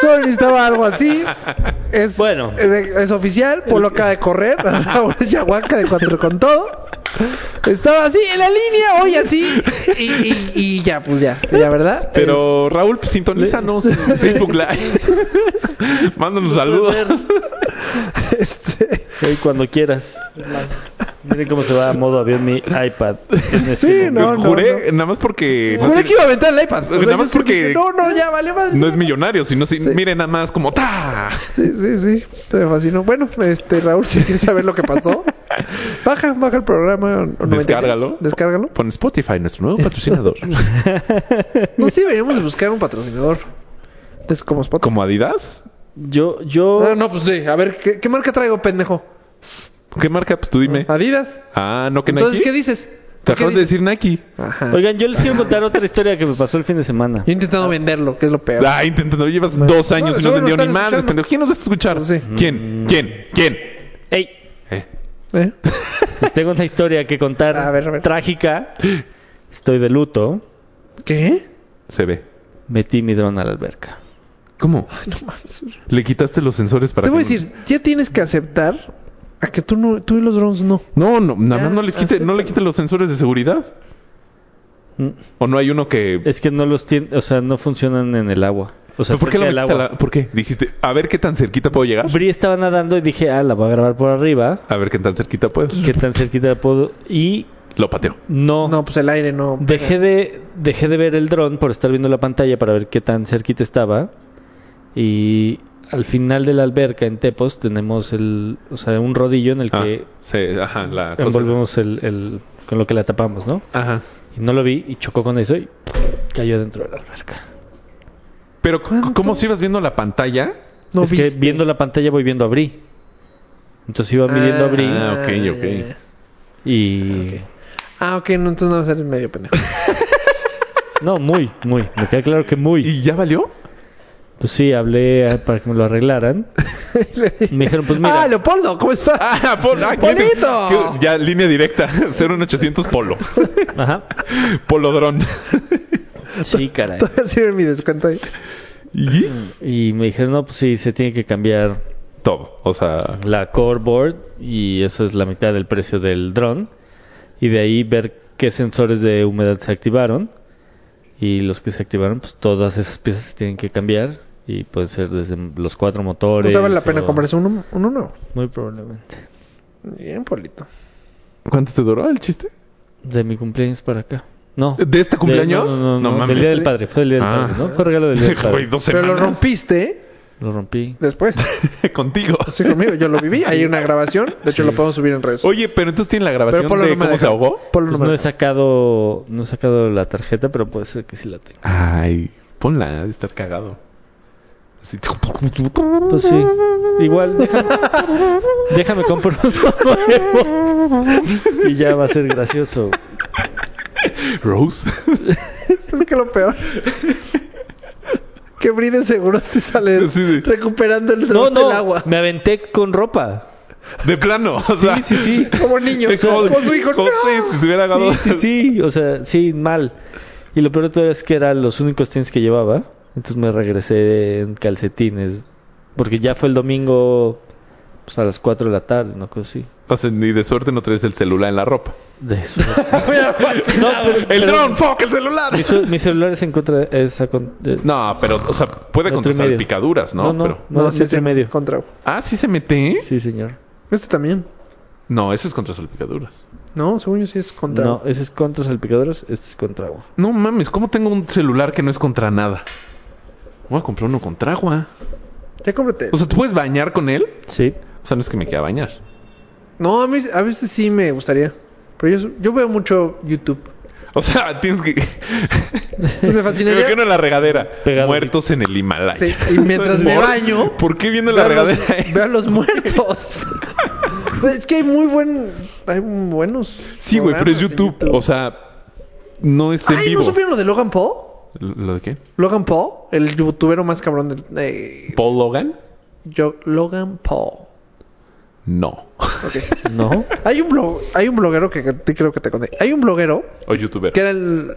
Solo necesitaba algo así. Es,
Bueno.
eh, Es, oficial. Polo acaba de correr. Ahora Yahuaca de cuatro con todo. Estaba así en la línea, hoy así. Y, y- y ya, pues ya. Ya, ¿verdad? eh,
Pero Raúl, pues, sintonízanos en Facebook Live. Mándanos saludos.
Este,
Ey, cuando quieras. Miren cómo se va a modo avión mi iPad. en este
Sí,
momento.
No, no,
Juré, nada más porque. no
Juré
tiene-
que iba a aventar el iPad.
Nada
yo
más
sí
porque-
dije, No, no, ya, vale, madre.
No es millonario, sino si, miren nada más como ta.
Sí, sí, sí. Me fascinó. Bueno, este, Raúl, si quieres saber lo que pasó, baja, baja el programa. o- o no
Descárgalo.
entiendes. Descárgalo.
Pon Spotify, nuestro nuevo patrocinador.
No, sí, deberíamos de buscar un patrocinador. Es como Spotify.
¿Como Adidas?
Yo, yo.
Ah, no, pues sí. A ver, ¿qué, qué marca traigo, pendejo?
¿Qué marca? Pues tú dime.
¿Adidas?
Ah, no, que
Entonces,
Nike.
¿qué dices?
Te
¿Qué
acabas de
dices?
decir Nike.
Ajá.
Oigan, yo les quiero contar otra historia que me pasó el fin de semana.
Yo he intentado venderlo, que es lo peor.
Ah, intentando, llevas dos años y no
seguro
vendió
no
ni
están
madres,
escuchando.
pendejo. ¿Quién nos va a escuchar?
Pues sí.
¿Quién? ¿Quién? ¿Quién?
¡Ey!
Eh,
¿Eh?
Les tengo una historia que contar.
A ver, a ver.
Trágica. Estoy de luto.
¿Qué?
se ve.
Metí mi dron a la alberca.
¿Cómo?
No mames.
¿Le quitaste los sensores para
Te voy a
que no-
decir, ya tienes que aceptar a que tú, no, tú y los drones no.
No, no, nada más
Ya,
no le quite, no le quite los sensores de seguridad.
Mm.
¿O no hay uno que
Es que no los tiene, o sea, no funcionan en el agua. O sea,
¿Pero ¿Por
cerca
qué lo
del
metiste a
agua.
la- ¿Por qué? Dijiste, a ver qué tan cerquita puedo llegar.
Bri estaba nadando y dije, ah, la voy a grabar por arriba.
A ver qué tan cerquita puedo.
¿Qué tan cerquita la puedo? Y
Lo pateo.
no.
No, pues el aire no.
Dejé de, dejé de ver el dron por estar viendo la pantalla para ver qué tan cerquita estaba. Y al final de la alberca en Tepos tenemos el, o sea, un rodillo en el
Ah, Pues
que
se- ajá, la cosa-
envolvemos el, el- con lo que la tapamos, ¿no?
Ajá.
Y no lo vi y chocó con eso y cayó dentro de la alberca.
Pero c- ¿cómo si ibas viendo la pantalla?
No
es
viste.
que viendo la pantalla voy viendo a Bri. Entonces iba midiendo a Bri
Ah, ok,
ya,
ok.
ya, ya.
y...
Ah, ok, no, entonces no vas a ser medio pendejo.
No, muy, muy. Me queda claro que muy.
¿Y ya valió?
Pues sí, hablé a- para que me lo arreglaran. Me dijeron, pues mira...
Ah, Leopoldo, ¿cómo estás?
Ah, pol- ah,
¡Polito!
que- Ya, línea directa. 01800 Polo.
Ajá.
Polodrón.
Sí, caray.
Te voy a hacer mi descuento ahí.
Y
Y me dijeron, no, pues sí, se tiene que cambiar
todo. O sea,
la core board y eso es la mitad del precio del dron. Y de ahí ver qué sensores de humedad se activaron. Y los que se activaron, pues todas esas piezas se tienen que cambiar. Y pueden ser desde los cuatro
No
motores.
sabe la pena
o-
comprarse uno, uno no.
Muy probablemente.
Bien, Polito.
¿cuánto te duró el chiste?
De mi cumpleaños para acá. No.
¿De este cumpleaños?
De- no, no, no,
No
no,
mames.
Del día del padre. Fue del día del
Ah.
padre, ¿no? Fue regalo del día del
Güey,
padre.
dos
Pero lo
semanas
rompiste
Lo rompí.
después.
contigo.
Sí, conmigo, yo lo viví. Hay una grabación. De hecho, lo podemos subir en redes.
Oye, pero entonces tiene la grabación
pero Polo
de
no me
cómo
deja.
se ahogó.
Polo
Pues
no me
no he
deja.
sacado, no he sacado la tarjeta, pero puede ser que sí la tenga.
Ay, ponla, ha de estar cagado. Así.
Pues sí. Igual, déjame, déjame compro uno nuevo. Y ya va a ser gracioso.
Rose.
Es que lo peor. que Bride seguro te sale
Sí, sí.
recuperando el
No,
dron del
no,
agua.
me aventé con ropa.
De plano. O sea,
Sí, sí, sí.
Como niño.
Es como,
como su hijo.
como
No.
si se hubiera
Sí,
agarrado.
sí, sí. O sea, sí, mal. Y lo peor de todo es que eran los únicos tenis que llevaba. Entonces me regresé en calcetines. Porque ya fue el domingo pues, a las 4 de la tarde, ¿no? Cosa así.
O sea, ni de suerte no traes el celular en la ropa.
De eso.
el
No, pero- pero-
dron, fuck, el celular.
mi, su- mi celular es en contra de esa... con- eh, de-
No, pero, o sea, puede
Metro y
contestar
medio.
picaduras, ¿no?
no, no,
Pero-
no,
No,
siete
sí,
y medio.
Contra.
Ah, sí se mete.
Sí, señor.
Este también.
No, eso es contra salpicaduras.
No, según yo sí es contra.
No, ese es contra salpicadores, este es contra agua.
No mames, ¿cómo tengo un celular que no es contra nada? Voy a comprar uno contra agua.
Ya cómprate.
O sea, ¿tú puedes bañar con él?
Sí.
O sea, no es que me quiera bañar.
No, a, mí, a veces sí me gustaría. Pero yo, yo veo mucho YouTube.
O sea, tienes que.
Entonces me
¿Por qué
fascinaría.
no en la regadera?
Pegado,
Muertos en el Himalaya.
Sí, este, y mientras me
¿Por-
baño,
¿Por qué viendo la
Ver a los-
regadera?
ver a los muertos. es que hay muy buen. Hay muy buenos.
Sí, güey, pero es
programas en
YouTube. O sea, no es en
Ay,
vivo.
¿no supieron lo de Logan Paul?
¿Lo de qué?
Logan Paul, el youtubero más cabrón del. eh,
¿Paul Logan?
yo, Logan Paul.
No.
No.
Hay un blog, hay un bloguero que, que te- creo que te conté. Hay un bloguero
O youtuber.
que era el.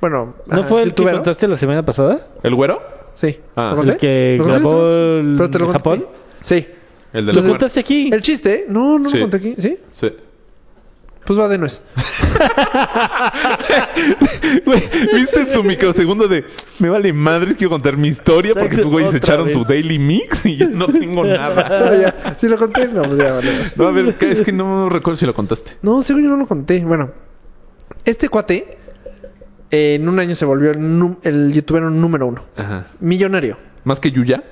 Bueno,
¿No
ajá,
fue el que
youtubero.
contaste la semana pasada?
¿El güero?
Sí.
Ah,
¿Lo conté?
el que
¿Lo conté?
grabó el-
¿Pero te lo
en
conté?
Japón?
Sí.
El de
¿Lo
los
contaste aquí?
El chiste, no, no
Sí.
lo conté aquí, ¿sí?
Sí.
Pues va de nuez.
Güey, ¿viste su microsegundo de me vale madres quiero contar mi historia porque
Exacto,
estos güeyes se
otra
echaron
vez.
su daily mix y yo no tengo nada?
No, Ah, ya. Si lo conté, no, pues ya vale.
No, a ver, es que no recuerdo si lo contaste.
No, según yo no lo conté. Bueno, este cuate eh, en un año se volvió el, num- el youtuber número uno.
Ajá.
Millonario.
Más que Yuya.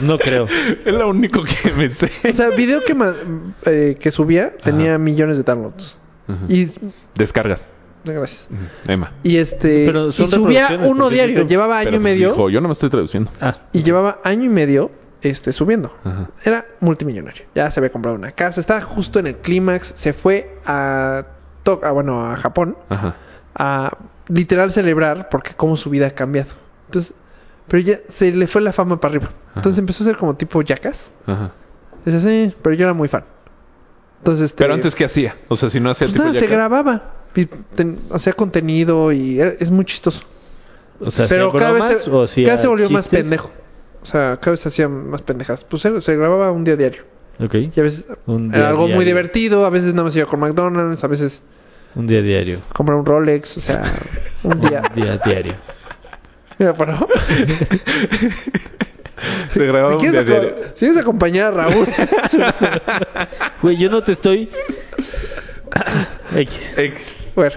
No creo.
Es lo único que me sé.
O sea, video que, ma- eh, que subía tenía millones de downloads. Y. eh,
Descargas.
Gracias.
Emma.
Y este.
Pero
y
son
subía
reproducciones,
uno
porque
diario.
YouTube-
Llevaba año
Pero,
y
pues,
medio.
dijo, yo no me estoy traduciendo.
Ah,
Y llevaba año y medio este, subiendo.
Ajá.
Era multimillonario. Ya se había comprado una casa. Estaba justo en el clímax. Se fue a, To- a, bueno, a Japón
Ajá.
a literal celebrar porque cómo su vida ha cambiado. Entonces, pero ya se le fue la fama para arriba. Entonces empezó a ser como tipo yacas.
Ajá.
Dice, sí, pero yo era muy fan. Entonces, este,
Pero antes, ¿qué hacía? O sea, si no hacía
pues
tipo
nada, se
Yaka.
grababa. y ten- hacía contenido y era- es muy chistoso.
o sea,
pero
¿hacía
cada vez
bromas
se,
o hacía
cada vez se volvió más
chistes?
pendejo. O sea, cada vez se hacía más pendejas. Pues se, se grababa un día diario.
Ok.
Y a veces
Un
era
día
algo muy
diario.
divertido, a veces nada más iba con McDonald's, a veces
Un día diario.
comprar un Rolex, o sea, un día.
Un día diario.
Mira, pero-
Se grababa
Si
un día
quieres, aco-
diario.
si quieres acompañar a Raúl,
Güey, yo no te estoy. X.
Ex.
bueno.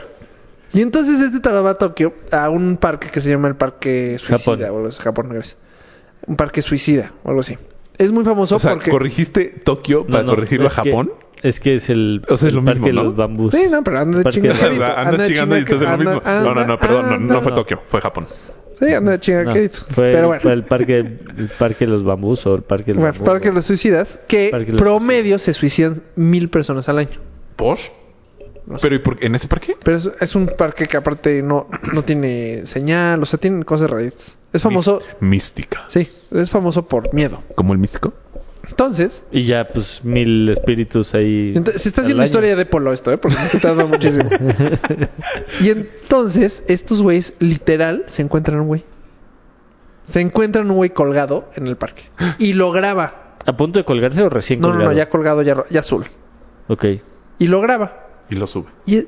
Y entonces este tarado va a Tokio a un parque que se llama el Parque Suicida.
Japón.
O algo así, Japón, gracias. Un parque suicida o algo así. Es muy famoso
O sea,
porque.
¿corrigiste Tokio para
No, no,
corregirlo a
es que-
Japón?
es que es el,
O sea, es
el
lo
parque
mismo,
de
¿no?
los bambús.
Sí, no, pero anda de
Parque-
chingadito.
Anda-
O sea, andas
de
chingando y estás en lo
anda-
mismo. No, no,
anda-
no, perdón, no, no fue
anda-
Tokio, fue Japón.
Sí, anda de
No,
chingadito.
fue
pero
el-
bueno.
fue el parque, el parque de los bambús o el parque de los
Bueno,
bambús,
Parque de
¿no?
los Suicidas, que
Parque de los
promedio se suicidan mil personas al año.
¿Por? ¿Pero y por qué? ¿En ese parque?
Pero es, es un parque que aparte no, no tiene señal, o sea, tiene cosas raíces. Es famoso,
Mis- Mística.
sí, es famoso por miedo.
¿Como el místico?
Entonces,
Y ya, pues, mil espíritus ahí.
ent- se está
al
haciendo
año.
historia de polo esto, ¿eh? porque se tarda muchísimo. y entonces, estos güeyes literal se encuentran un güey. Se encuentran un güey colgado en el parque. Y lo graba.
¿A punto de colgarse o recién
No, no,
colgado?
no, ya colgado, ya, ro- ya azul.
Ok.
Y lo graba.
Y lo sube.
Y es-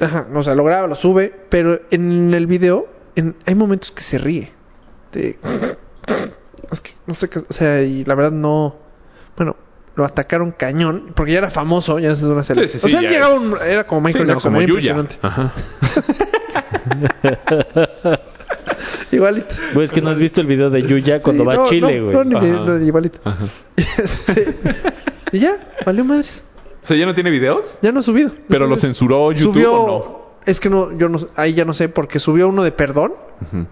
ajá, no, o sea, lo graba, lo sube, pero en el video en- hay momentos que se ríe. De- es que no sé qué, o sea, y la verdad no. Bueno, lo atacaron cañón, porque ya era famoso, ya es una serie.
Sí, sí, sí,
o sea, él
ya
llegaba
es.
un- era como Michael
Sí, no,
Jackson,
como
muy
Yuya.
impresionante.
Ajá.
Igualito.
Güey, es que no has visto el video de Yuya cuando
Sí,
va
no,
a Chile,
no,
güey.
no, ni me-
Ajá.
no, ni igualito.
Ajá.
Este, y ya, valió madres.
O sea, ¿ya no tiene videos?
Ya no ha subido.
¿Pero lo
Entonces,
censuró YouTube
subió,
o no?
Es que no, yo no, ahí ya no sé, porque subió uno de perdón.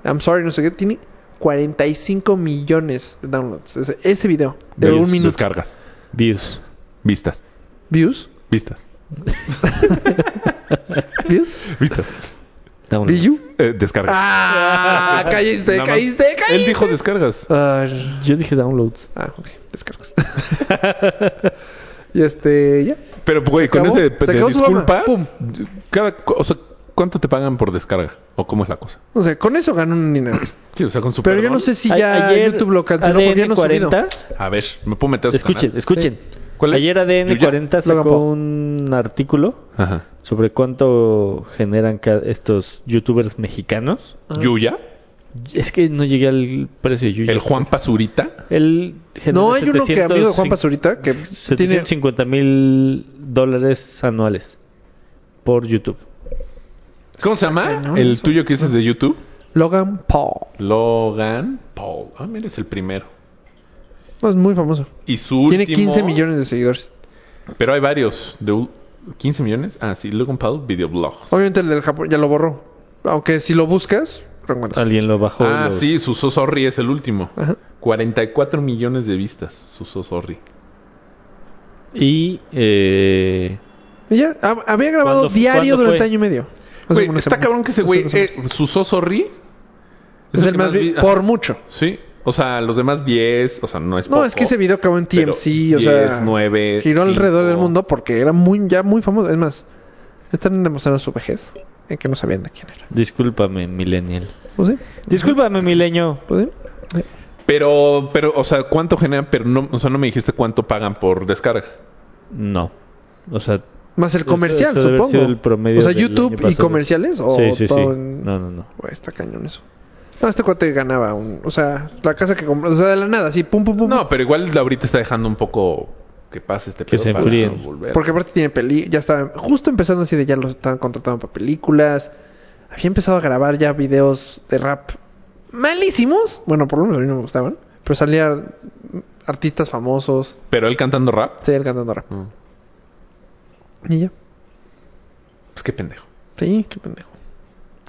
I'm sorry, no sé qué. Tiene 45 millones de downloads. Ese, ese video de
Views,
un minuto.
Descargas.
Views.
Vistas.
Views.
Vistas.
Views.
Vistas.
Vámonos.
View.
Eh, descargas.
Ah, caíste,
Nada más.
caíste, caíste.
Él dijo descargas.
Ah,
Yo dije downloads.
ah, ok, descargas. y este, ya.
Pero, güey, con
acabó.
ese de,
Se
de
acabó su
disculpas,
broma.
cada, co- o sea, ¿cuánto te pagan por descarga? ¿O cómo es la cosa?
O sea, con eso ganó un dinero.
Sí, o sea, con su
Pero yo
perdón.
no sé si
A-
ya
ayer,
YouTube lo canceló
ADN
porque ya no ha subido.
40,
A ver, me puedo meter a su
Escuchen,
canal?
escuchen.
¿Cuál es?
Ayer ADN
Yuya.
40
Logan
sacó
Paul.
un artículo
Ajá.
sobre cuánto generan ca- estos youtubers mexicanos.
Yuya,
Es que no llegué al precio de Yuya.
el Juan Pazurita.
Él genera
No, hay uno que amigo de Juan
750
Pazurita que tiene
750 mil dólares anuales por YouTube.
¿Cómo se llama?
cañón
El
eso.
tuyo que dices de YouTube.
Logan Paul.
Logan Paul. Ah, mira, es el primero.
No, es muy famoso.
Y su último...
Tiene 15 millones de seguidores.
Pero hay varios. De u- ¿15 millones? Ah, sí, Logan Paul Videoblogs.
Obviamente el del Japón ya lo borró. Aunque si lo buscas, lo encuentras.
Alguien lo bajó.
Ah,
lo-
sí, Suso Sorry es el último.
Ajá. Pues
44 millones de vistas, Suso Sorry.
Y eh,
Y ya, hab- había grabado
¿Cuándo fu-
diario
cuándo
durante
fue?
año y medio. Hace
Güey,
como una
está
semana.
cabrón que ese
Hace
güey,
dos
eh,
semanas.
Suso Sorry.
es, el más vi-
vi-
por mucho.
Sí, o sea, los demás 10, o sea, no es
No,
poco,
es que ese video acabó en
pero
TMC, o sea,
10, 9,
giró alrededor
cinco.
del mundo porque era muy ya muy famoso, es más, están demostrando su vejez en que no sabían de quién era.
discúlpame, Millennial.
Pues sí,
Discúlpame, Milenio.
pues sí.
Pero, pero, o sea, ¿cuánto generan? Pero no, o sea, no me dijiste cuánto pagan por descarga.
No. O sea,
Más el
Eso-
comercial,
eso debe haber sido
supongo.
el promedio
o sea,
del
YouTube
año
y
pasado.
comerciales o
sí, sí, sí.
todo en-
No, no, no.
Güey, está cañón eso. No, este cuate ganaba un... O sea, la casa que compró... O sea, de la nada, así, pum, pum, pum.
No, pero igual ahorita está dejando un poco que pase este
Que
pedo
se
para
enfríen.
volver.
Porque aparte tiene peli... Ya estaba justo empezando así de ya lo estaban contratando para películas. Había empezado a grabar ya videos de rap malísimos. Bueno, por lo menos a mí no me gustaban. Pero salían artistas famosos.
Pero él cantando rap.
Seguían cantando rap.
Mm.
Y ya.
Pues qué pendejo.
Sí, qué pendejo.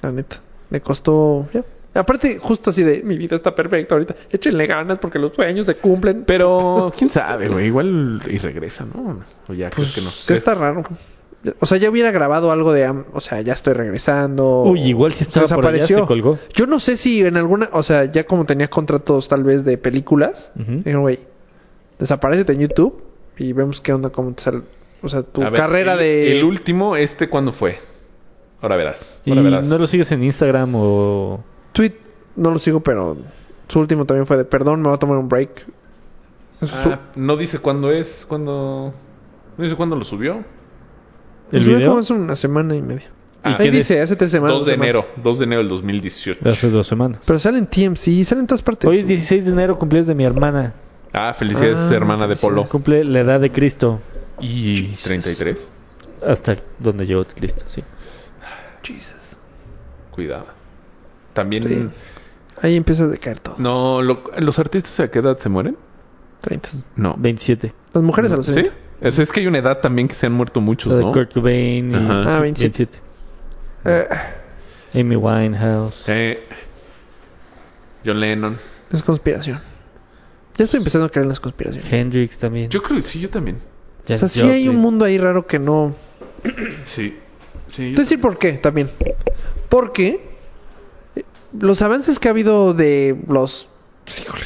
La neta. Le costó... ya. Aparte, justo así de... Mi vida está perfecta ahorita. Échenle ganas porque los sueños se cumplen.
Pero quién sabe, güey. Igual y regresa, ¿no? O ya crees que no.
Sí
¿Crees?
Pues, está raro. O sea, ya hubiera grabado algo de... am- O sea, ya estoy regresando.
Uy, igual si estaba por allá, se colgó.
Yo no sé si en alguna... O sea, ya como tenía contratos tal vez de películas.
Ujú.
Dijeron, güey, desaparecete en YouTube y vemos qué onda, cómo te sale... O sea, tu
A ver,
carrera
el-
de...
El último, ¿este cuándo fue? Ahora verás.
¿Y
Ahora verás.
no lo sigues en Instagram o...?
Tweet, no lo sigo, pero... Su último también fue de... Perdón, me voy a tomar un break. Su-
Ah, no dice cuándo es, cuándo... No dice cuándo lo subió.
¿El
Lo subí
video?
como hace una semana y media.
Ah,
Ahí
¿quién es?
dice, hace tres semanas.
2 de
dos semanas.
enero. 2 de enero del 2018.
De hace dos semanas.
Pero sale en TMC, sale en todas partes.
Hoy es 16 de enero, cumpleaños de mi hermana.
Ah, felicidades,
Ah,
hermana de Polo.
felicidades.
Cumple la edad de Cristo.
Y 33.
Hasta donde llegó Cristo, sí.
Jesus.
Cuidado. También...
Sí. Ahí empieza a decaer todo.
No, lo- ¿los artistas a qué edad se mueren?
30.
No.
27.
Las mujeres a los
¿Sí?
30.
Es, es que hay una edad también que se han muerto muchos,
La de
Pues ¿no?
Kurt Cobain y
Ajá.
sí,
Ah, 27. Eh,
Amy Winehouse.
Eh, John Lennon.
es conspiración. Ya estoy empezando a creer en las conspiraciones.
Hendrix también.
Yo creo que sí, yo también.
Janis
o sea, sí hay
Joplin.
un mundo ahí raro que no...
Sí. Sí. yo
Te voy a decir por qué también. Porque eh, los avances que ha habido de los... pues, Híjole.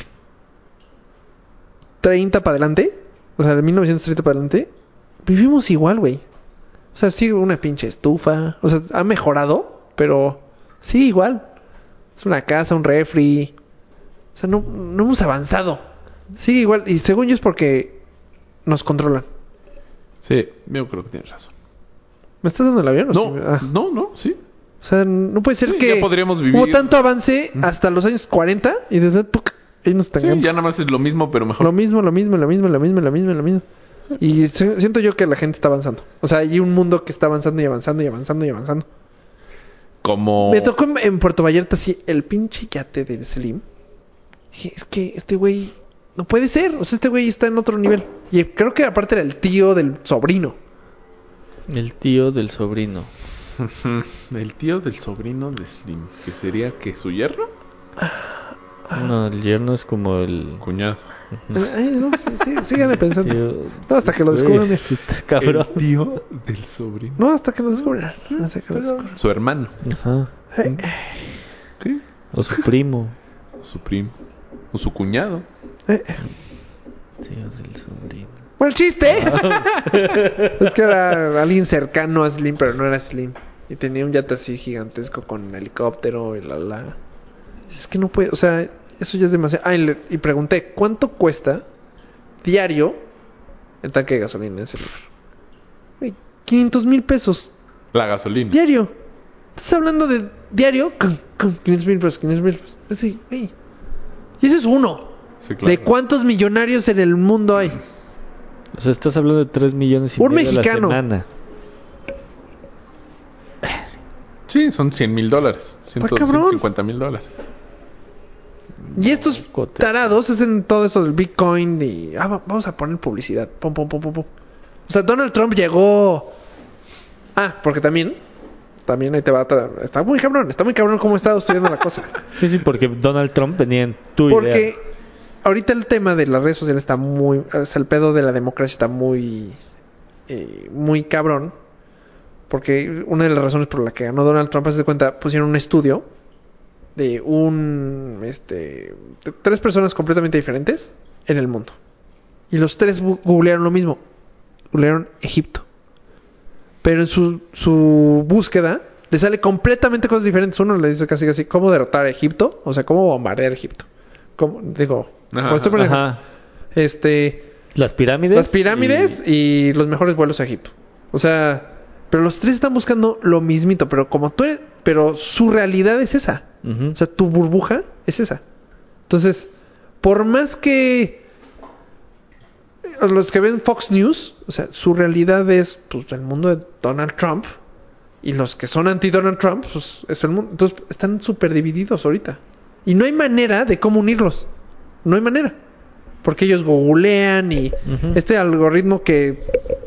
30 para adelante. O sea, de 1930 para adelante. Vivimos igual, güey. O sea, sigue una pinche estufa. O sea, ha mejorado, pero sí, igual. Es una casa, un refri. O sea, no, no hemos avanzado. Sigue igual. Y según yo es porque nos controlan.
Sí, yo creo que tienes razón.
¿Me estás dando el avión? o
No,
sí? Ah.
no, no, sí.
O sea, no puede ser
Sí,
que
ya podríamos vivir.
hubo tanto avance hasta los años 40 y desde ¡puc! ahí nos
Sí,
tengamos.
ya nada más es lo mismo, pero mejor.
Lo mismo, lo mismo, lo mismo, lo mismo, lo mismo, lo mismo. Y se- siento yo que la gente está avanzando. O sea, hay un mundo que está avanzando y avanzando y avanzando y avanzando.
Como.
Me tocó en, en Puerto Vallarta así el pinche yate del Slim. Dije, es que este güey no puede ser. O sea, este güey está en otro nivel. Y creo que aparte era el tío del sobrino.
El tío del sobrino.
El tío del sobrino de Slim, que sería que su yerno,
Ah.
No, el yerno es como el...
cuñado.
Ay, no, sí, sí, síganle pensando.
tío-
No, hasta que lo
Güey,
descubran.
sí está cabrón.
El tío del sobrino.
No, hasta que lo descubran. Hasta que lo descubran.
Su hermano.
Ajá.
Sí.
O su primo.
Su primo. O su cuñado.
Eh.
Tío del sobrino.
Bueno, el chiste. es que era alguien cercano a Slim, pero no era Slim. Y tenía un yate así gigantesco con helicóptero y la la. Es que no puede, o sea, eso ya es demasiado. Ah, y, le- y pregunté, ¿cuánto cuesta diario el tanque de gasolina en ese lugar? Güey, 500 mil pesos
La gasolina.
diario. Estás hablando de diario, con- con 500 mil pesos, 500 mil pesos. Así, güey. Y ese es uno.
Sí, claro.
¿De cuántos millonarios en el mundo hay?
O sea, estás hablando de 3 millones y
Un
medio
mexicano.
a la semana.
Sí, son 100 mil dólares.
Está Ah, cabrón.
150 mil dólares.
Y estos
Cote.
tarados hacen todo esto del Bitcoin y ah, va- vamos a poner publicidad. Pum, pum, pum, pum, pum. O sea, Donald Trump llegó. Ah, porque también. También ahí te va otra. Está muy cabrón, está muy cabrón cómo está estudiando la cosa.
Sí, sí, porque Donald Trump venía en tu
Porque
idea.
ahorita el tema de las redes sociales está muy. O sea, el pedo de la democracia está muy. eh, muy cabrón. Porque una de las razones por la que ganó Donald Trump, haz de cuenta, pusieron un estudio de un. Este, de tres personas completamente diferentes en el mundo. Y los tres bu- googlearon lo mismo. Googlearon Egipto. Pero en su, su búsqueda le sale completamente cosas diferentes. Uno le dice casi casi cómo derrotar a Egipto, o sea, cómo bombardear a Egipto. ¿Cómo? Digo,
Ajá,
como estoy poniendo-
Ajá.
este,
Las pirámides.
las pirámides y... los mejores vuelos a Egipto. O sea, pero los tres están buscando lo mismito, pero como tú eres- pero su realidad es esa.
y- Ujú.
O sea, tu burbuja es esa. Entonces, por más que eh, los que ven Fox News, o sea, su realidad es pues, el mundo de Donald Trump. Y los que son anti-Donald Trump, pues es el mundo. Entonces, están súper divididos ahorita. Y no hay manera de cómo unirlos. No hay manera. Porque ellos googlean y
Ujú.
este algoritmo que,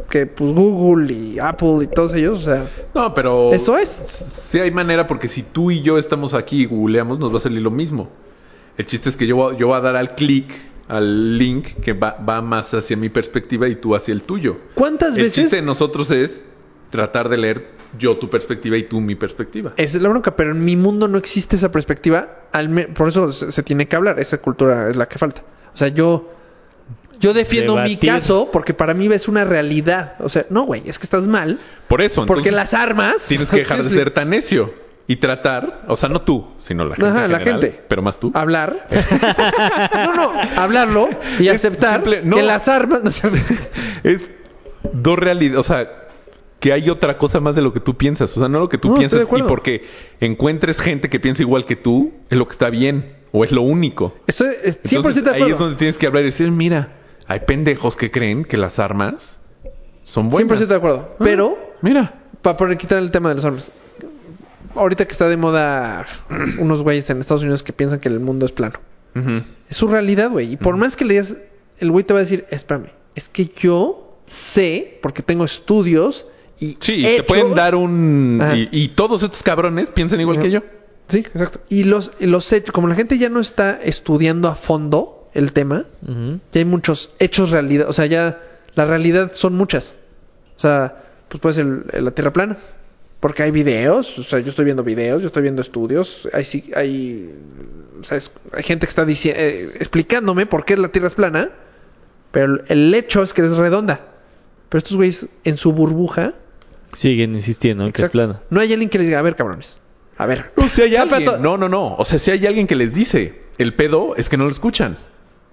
que pues Google y Apple y todos ellos, o sea,
No, pero...
eso es.
Sí hay manera porque si tú y yo estamos aquí y googleamos nos va a salir lo mismo. El chiste es que yo, voy- yo voy a dar al clic, al link que va, va más hacia mi perspectiva y tú hacia el tuyo.
¿Cuántas
El
veces
chiste de nosotros es tratar de leer yo tu perspectiva y tú mi perspectiva.
Esa es la bronca, pero en mi mundo no existe esa perspectiva. al me- por eso se, se tiene que hablar. Esa cultura es la que falta. O sea, yo. Yo defiendo mi
Debatir.
caso porque para mí es una realidad. O sea, no, güey, es que estás mal.
Por eso,
Porque
entonces,
las armas.
tienes que dejar de ser tan necio y tratar, o sea, no tú, sino la gente.
Ajá,
en
la
general,
gente.
Pero más tú.
Hablar. no, no, hablarlo y
Es
aceptar
simple, no.
que las armas.
es dos realidades, o sea, que hay otra cosa más de lo que tú piensas, o sea, no lo que tú
No, estoy de
piensas y
acuerdo.
porque encuentres gente que piensa igual que tú, es lo que está bien o es lo único.
Estoy es 100%
Entonces,
de acuerdo.
ahí es donde tienes que hablar y decir, mira, hay pendejos que creen que las armas son buenas.
100% de
Ah.
acuerdo. Pero,
Mira,
para poner, quitar el tema de las armas. Ahorita que está de moda unos güeyes en Estados Unidos que piensan que el mundo es plano.
Ujú.
Es su realidad, güey. Y por más que le digas, el güey te va a decir, espérame, es que yo sé, porque tengo estudios y.
sí, te
hechos".
pueden dar un
Ajá.
y, y todos estos cabrones piensan igual que yo.
Sí, exacto. Y los, y los hechos, como la gente ya no está estudiando a fondo el tema,
Ujú.
ya hay muchos hechos realidad. O sea, ya la realidad son muchas. O sea, pues puede ser el- la Tierra plana. Porque hay videos, o sea, yo estoy viendo videos, yo estoy viendo estudios, hay, sí- hay, o sea, es- hay gente que está dici- eh, explicándome por qué la Tierra es plana, pero el- el hecho es que es redonda. Pero estos güeyes en su burbuja,
Siguen insistiendo en que es
exacto,
plana.
no hay alguien que les diga, a ver cabrones, a ver.
No, si hay
Ah,
alguien.
pero to-
No, no, no. O sea, si hay alguien que les dice, el pedo es que no lo escuchan.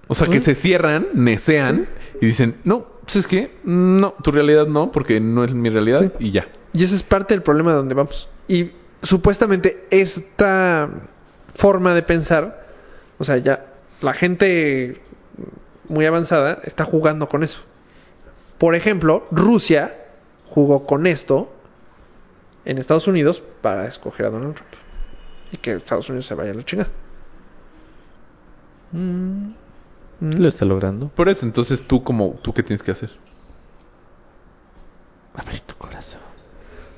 O sea, que
Ujú.
se cierran, necean y dicen, no, pues es que no, tu realidad no, porque no es mi realidad
Sí.
y ya.
Y ese es parte del problema de donde vamos. Y supuestamente esta forma de pensar, o sea, ya la gente muy avanzada está jugando con eso. Por ejemplo, Rusia jugó con esto en Estados Unidos para escoger a Donald Trump. Y que Estados Unidos se vaya a la chingada.
Mm. Lo está logrando.
Por eso, entonces tú, como, ¿tú qué tienes que hacer?
Abre tu corazón.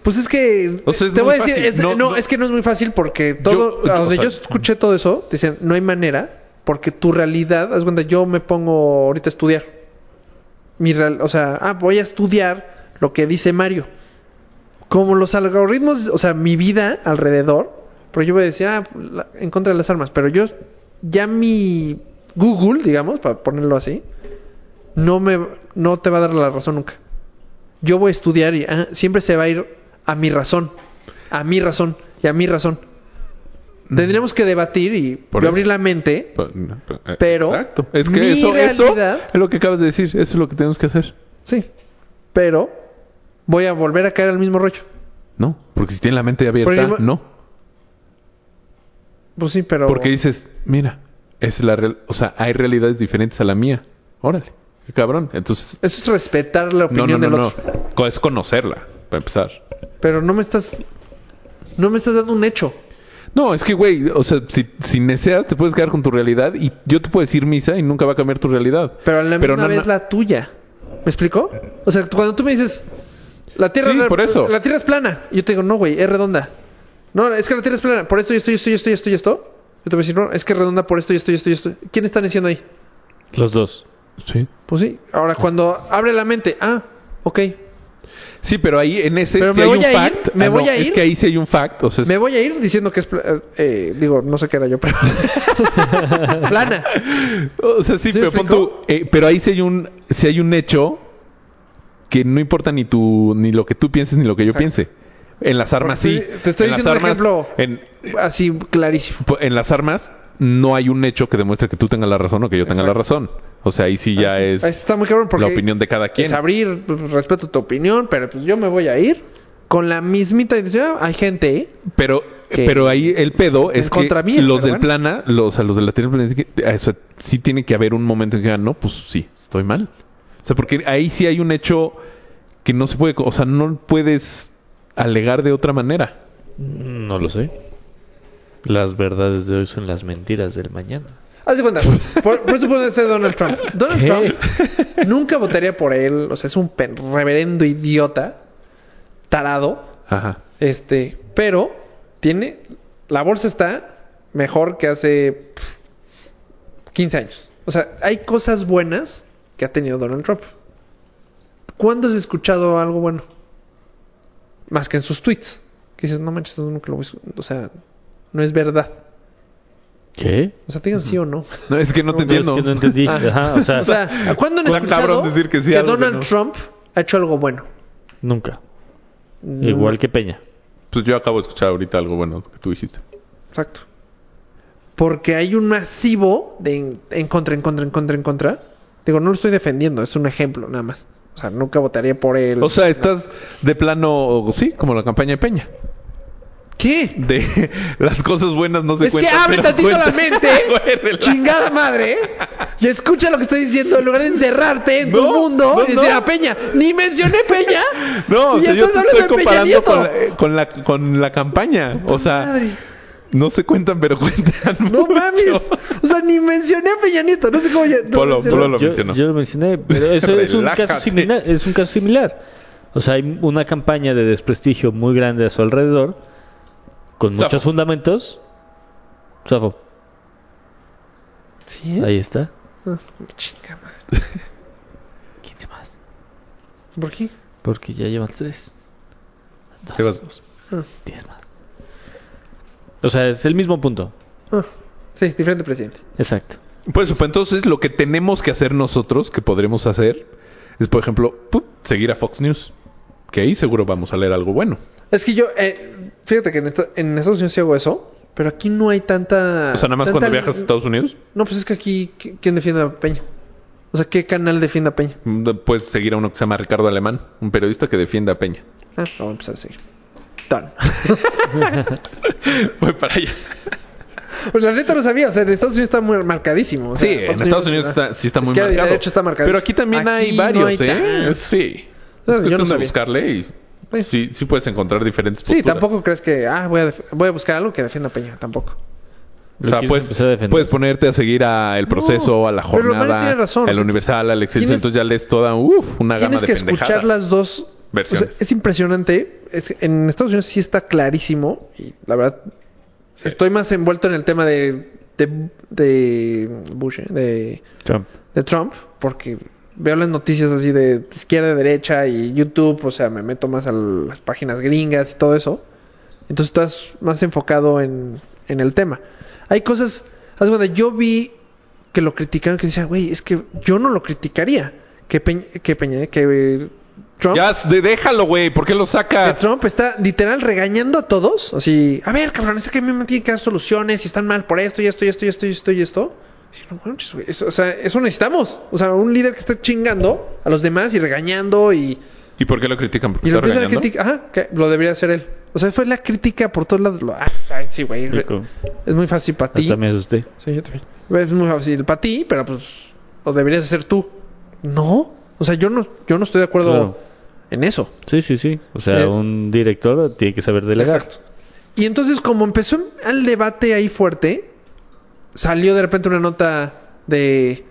Pues es que
O sea, es
te
muy
voy a decir,
fácil.
es,
No,
no,
no.
es que no es muy fácil porque todo
Yo- yo,
a
o
donde
sea-
yo escuché todo eso, dicen, no hay manera porque tu realidad, haz cuenta, yo me pongo ahorita a estudiar. Mi real, o sea, ah, voy a estudiar lo que dice Mario. Como los algoritmos, o sea, mi vida alrededor, pero yo voy a decir, ah, la- en contra de las armas, pero yo ya mi Google, digamos, para ponerlo así, no me no te va a dar la razón nunca yo voy a estudiar y ah, siempre se va a ir a mi razón, a mi razón y a mi razón. Tendríamos que debatir y
Por
yo
eso.
abrir la mente.
Pa- no, pa- eh,
Pero,
Exacto. Es que
mi
eso, eso
realidad-
es lo que acabas de decir. Eso es lo que tenemos que hacer.
Sí. Pero voy a volver a caer al mismo rollo.
No, porque si tienen la mente abierta,
Porque-
no.
Pues sí, pero
Porque dices, mira, es la real, o sea, hay realidades diferentes a la mía. Órale, qué cabrón. Entonces,
eso es respetar la
No,
opinión
no, no,
del
no.
otro.
Co- Es conocerla, para empezar.
Pero no me estás no me estás dando un hecho.
No, es que, güey, o sea, si, si neceas, te puedes quedar con tu realidad y yo te puedo decir misa y nunca va a cambiar tu realidad.
Pero a la
Pero
misma
no,
vez
no.
la tuya. ¿Me explicó? O sea, tú- cuando tú me dices la tierra
Sí,
la,
por eso.
la tierra es plana, y yo te digo, "No, güey, es redonda." No, es que la tierra es plana por esto y esto y esto y esto y esto y esto. Yo te voy a decir, "No, es que es redonda por esto y esto y esto y esto." ¿Quién están diciendo ahí?
Los dos.
Sí.
Pues sí, ahora cuando abre la mente, ah, ok.
Sí, pero ahí en ese
Pero
si
me
hay
voy
un
a ir,
fact. ah,
me voy a
Es
ir.
que ahí sí hay un fact. O sea, es-
Me voy a ir diciendo que es pla- eh, digo, no sé qué era yo, pero plana.
o sea, sí,
¿Sí me
pero pon tú,
explicó?
eh, pero ahí sí hay un, sí hay un hecho que no importa ni tu, ni lo que tú pienses ni lo que yo
Exacto.
piense. En las armas sí.
Porque te- te estoy
en las
diciendo un
armas,
ejemplo.
en-
Así clarísimo.
en las armas no hay un hecho que demuestre que tú tengas la razón o que yo tenga la razón. O sea, ahí sí ya es
Está muy cabrón porque
la opinión de cada quien.
es abrir, pues, respeto tu opinión, pero pues yo me voy a ir con la mismita intención. Hay gente, ¿eh?
Pero,
que-
pero ahí el pedo es que
en contra mía,
los
pero
del
bueno.
plana, los a los de la tierra plana, es que, eh, o sea, sí tiene que haber un momento en que digan, no, pues sí, estoy mal. O sea, porque ahí sí hay un hecho que no se puede, co- o sea, no puedes alegar de otra manera.
No lo sé. Las verdades de hoy son las mentiras del mañana.
Haz de cuenta, por, por eso puede ser Donald Trump. Donald Trump nunca votaría por él, o sea, es un pen- reverendo idiota, tarado,
Ajá.
este, pero tiene, la bolsa está mejor que hace pff, 15 años. O sea, hay cosas buenas que ha tenido Donald Trump. ¿Cuándo has escuchado algo bueno? Más que en sus tweets. Que dices, no manches, eso nunca lo voy a escu- O sea, no es verdad.
¿Qué?
O sea, digan sí o no.
No, es que no te entiendo.
que no entendí.
Ah.
Ajá, o sea,
O sea, ¿cuándo han
Está
escuchado
cabrón decir que
que,
sí, algo que
Donald
no?
Trump ha hecho algo bueno?
nunca. Igual que Peña.
Pues yo acabo de escuchar ahorita algo bueno que tú dijiste.
Exacto. Porque hay un masivo de en, en contra, en contra, en contra, en contra. Digo, no lo estoy defendiendo, es un ejemplo nada más. O sea, nunca votaría por él.
O sea, estás de plano, sí, como la campaña de Peña.
¿qué?
De las cosas buenas no se
Es que
cuentan.
abre
pero
tantito la
cuentan.
mente,
Güey, relaja.
chingada madre, y escucha lo que estoy diciendo en lugar de encerrarte en tu
No,
mundo
no,
y decir
no.
a Peña, ni mencioné Peña.
No, o
y
sea, yo
estás
te
hablando
estoy
de Peña
comparando
Nieto.
con la, con, la, con la campaña. o sea,
Madre.
no se cuentan, pero cuentan.
No
mucho.
mames. O sea, ni mencioné a Peña Nieto. No sé cómo. ya- No
Polo,
mencioné.
Polo lo
yo,
mencionó.
yo lo mencioné, pero eso es un
Relájate.
caso similar, es un caso similar. O sea, hay una campaña de desprestigio muy grande a su alrededor con
Zafo.
muchos fundamentos. Zafo,
Sí, ¿eh?
ahí está.
Ah, Chinga madre.
15 más,
¿Por qué?
porque ya llevan 3.
Llevas dos.
10 más. O sea, es el mismo punto.
Ah, sí, diferente presidente.
Exacto.
Pues, pues, entonces lo que tenemos que hacer nosotros, que podremos hacer, es, por ejemplo, ¡pum! seguir a Fox News. Que ahí seguro vamos a leer algo bueno.
Es que yo, eh, fíjate que en, esta- en Estados Unidos sí hago eso, pero aquí no hay tanta.
O sea, nada más
tanta-
cuando viajas a Estados Unidos,
No, pues es que aquí, ¿qui- ¿quién defiende a Peña? O sea, ¿qué canal defiende a Peña?
mm, puedes seguir a uno que se llama Ricardo Alemán, un periodista que defiende a Peña.
Ah, lo voy a empezar a seguir. Tan.
Voy para allá.
Pues la neta lo sabía, o sea, en Estados Unidos está muy marcadísimo. o
Sí,
sea, Fox
en Estados Unidos
ah,
está, sí está muy
izquierda y
marcado.
derecha está marcadísimo.
Pero aquí también hay
Aquí
varios,
no hay
¿eh?
tan-
Sí.
Ah,
Es
yo no
cuestión de
sabía.
buscarle y
Pues-
sí, sí puedes encontrar diferentes
Sí,
posturas.
tampoco crees que, ah, voy a, def- voy a buscar algo que defienda a Peña, tampoco.
O sea,
Lo quieres
puedes,
empezar a defender.
puedes ponerte a seguir a El Proceso, a La
pero Mario
Jornada,
tiene razón,
a
o
El
sea,
Universal, al Excelsior.
tienes-
Entonces ya lees toda uf, una gama
Tienes
de
que escuchar
pendejadas.
las dos
Versiones.
O sea, es impresionante. Es- en Estados Unidos sí está clarísimo. Y la verdad, estoy más envuelto en el tema de, de, de Bush, ¿eh? de,
Trump.
de Trump, porque veo las noticias así de izquierda, derecha y YouTube. O sea, me meto más a las páginas gringas y todo eso. Entonces estás más enfocado en, en el tema. Hay cosas. haz de cuenta, yo vi que lo criticaron, que decían, güey, es que yo no lo criticaría. Que Peña, que, Peña, que eh, Trump.
Ya, de- déjalo, güey. ¿Por qué lo
Que
sacas?
Trump está literal regañando a todos. Así, a ver, cabrón, es que a mí me tienen que dar soluciones y están mal por esto y esto y esto y esto y esto y esto. Y no manches, güey, eso- o sea, eso necesitamos. O sea, un líder que está chingando a los demás y regañando y,
¿Y por qué lo critican? ¿Por qué
y lo
está
empiezan a
regañando?
criticar. Ajá, que lo debería hacer él. O sea, fue la crítica por todos lados. Lo- ah, ay, sí, güey. re-
Rico.
Es muy fácil para ti.
Hasta me asusté.
Sí, yo también. Es muy fácil para ti, pero pues lo deberías hacer tú. No. O sea, yo no, yo no estoy de acuerdo
Claro.
en eso.
Sí, sí, sí. O sea,
Eh,
un director tiene que saber delegar.
Exacto. Y entonces, como empezó el debate ahí fuerte, salió de repente una nota de.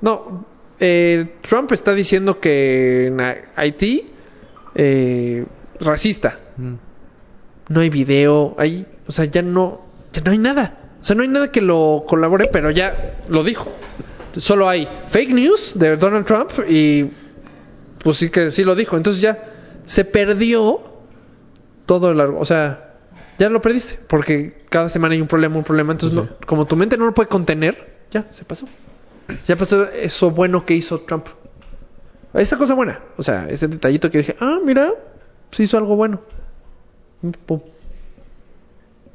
No, eh, Trump está diciendo que en Ha- Haití. eh, racista. No hay video, ahí, o sea, ya no, ya no hay nada. O sea, no hay nada que lo colabore, pero ya lo dijo. Solo hay fake news de Donald Trump y pues sí que sí lo dijo. Entonces ya se perdió todo el argu- o sea, ya lo perdiste porque cada semana hay un problema, un problema, entonces no- como tu mente no lo puede contener, ya se pasó. Ya pasó eso bueno que hizo Trump. Esa cosa buena, o sea, ese detallito que dije, ah, mira, se hizo algo bueno. Mm, pum.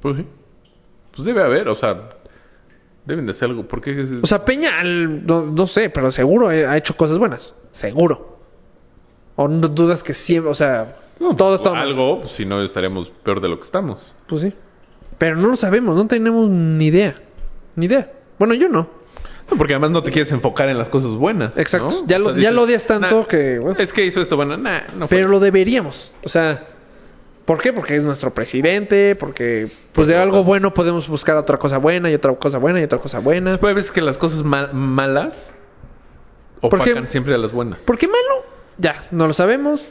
Pues, sí. Pues debe haber, o sea, Deben de hacer algo. Porque
O sea, Peña, al- no, no sé, pero seguro eh, ha hecho cosas buenas. Seguro. O no dudas que siempre, o sea, todo está mal.
algo, pues, si no estaríamos peor de lo que estamos.
Pues sí. Pero no lo sabemos, no tenemos ni idea. Ni idea. Bueno, yo no.
No, porque además no te quieres enfocar en las cosas buenas.
Exacto.
¿no?
Ya
O
lo-
sea,
ya lo odias tanto que, bueno.
Es que hizo esto, bueno, nah, no fue.
Pero lo deberíamos. O sea, ¿por qué? Porque es nuestro presidente, porque pues de algo bueno podemos buscar otra cosa buena y otra cosa buena y otra cosa buena.
Después ves que las cosas ma- malas
¿Por qué?
opacan siempre a las buenas.
¿Por qué malo? Ya, no lo sabemos.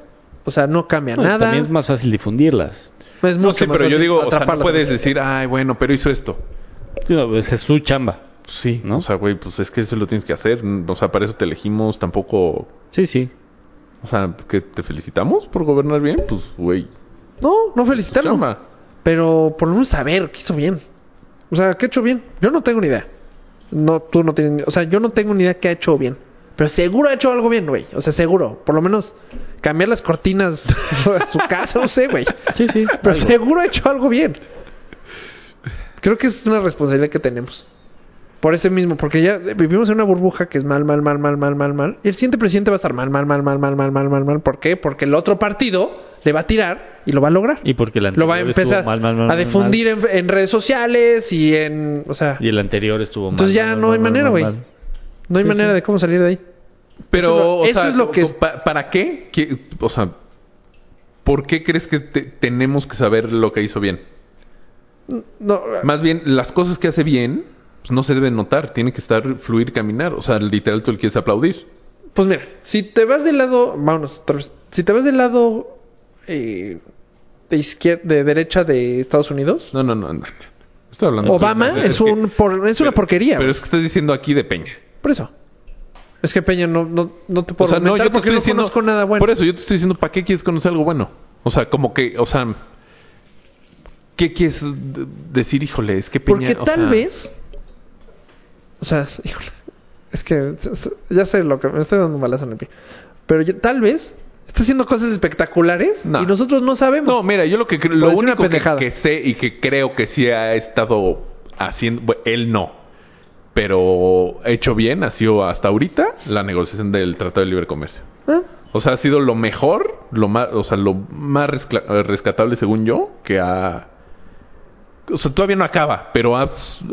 O sea, no cambia
No, y
nada.
También es más fácil difundirlas.
Es
No
mucho
sé,
más
pero yo
fácil
digo, o sea, no
atraparla.
puedes decir, ay, bueno, pero hizo esto.
Sí, no, pues, es su chamba.
Pues sí,
¿No?
o sea, güey, pues es que eso lo tienes que hacer. O sea, para eso te elegimos. Tampoco,
Sí, sí.
o sea, que te felicitamos por gobernar bien. Pues, güey,
No, no felicitarlo.
chamba.
Pero por lo menos saber qué hizo bien. O sea, qué ha hecho bien. Yo no tengo ni idea. No, tú no tienes. ni- O sea, yo no tengo ni idea qué ha hecho bien. Pero seguro ha hecho algo bien, güey. O sea, seguro. Por lo menos cambiar las cortinas a su casa, no sé, güey.
Sí, sí.
Pero
algo.
seguro ha hecho algo bien. Creo que es una responsabilidad que tenemos. Por ese mismo, porque ya vivimos en una burbuja que es mal, mal, mal, mal, mal, mal, mal. Y el siguiente presidente va a estar mal, mal, mal, mal, mal, mal, mal, mal, mal. ¿Por qué? Porque el otro partido le va a tirar y lo va a lograr
Y porque el
lo
anterior
va a empezar
estuvo mal, mal, mal,
a
mal,
difundir en- En, redes sociales y en, o sea,
mal, y el anterior estuvo mal.
Entonces ya
mal,
no
mal,
hay
mal,
manera,
mal,
güey.
mal.
no hay
Sí,
manera
sí.
de cómo salir de ahí.
Pero,
Eso es lo-
o
eso
sea,
es lo que es-
pa- ¿Para qué? ¿Qué- O sea, ¿por qué crees que te- tenemos que saber lo que hizo bien?
No,
Más bien, las cosas que hace bien pues, no se deben notar. Tiene que estar, fluir, caminar. O sea, literal, tú le quieres aplaudir.
pues mira, si te vas del lado, vámonos, otra vez. si te vas del lado eh, de izquierda, de derecha de Estados Unidos,
No, no, no. no, no. Estoy hablando.
Obama
No,
es
que-
un, por- es una
pero-
porquería,
Pero
güey.
es que estás diciendo aquí de Peña.
por eso. Es que Peña no, no, no te puedo
o sea, no,
argumentar
yo te
porque
estoy
no
diciendo.
conozco nada bueno.
Por eso, yo te estoy diciendo, ¿para qué quieres conocer algo bueno? O sea, como que, o sea. ¿Qué quieres d- decir, híjole? Es que Peña.
Porque
o
tal
sea,
vez. O sea, híjole. Es que s- s- ya sé lo que me estoy dando un balazo en el pie. Pero yo- tal vez está haciendo cosas espectaculares
No.
y nosotros no sabemos.
No, mira, yo lo que creo- lo
decir una
único que,
pendejada.
que sé y que creo que sí ha estado haciendo, bueno, él no, pero hecho bien, ha sido hasta ahorita la negociación del Tratado de Libre Comercio.
¿Ah?
O sea, ha sido lo mejor, lo más, o sea, lo más rescla- eh, rescatable según yo, que ha o sea, todavía no acaba, pero ha,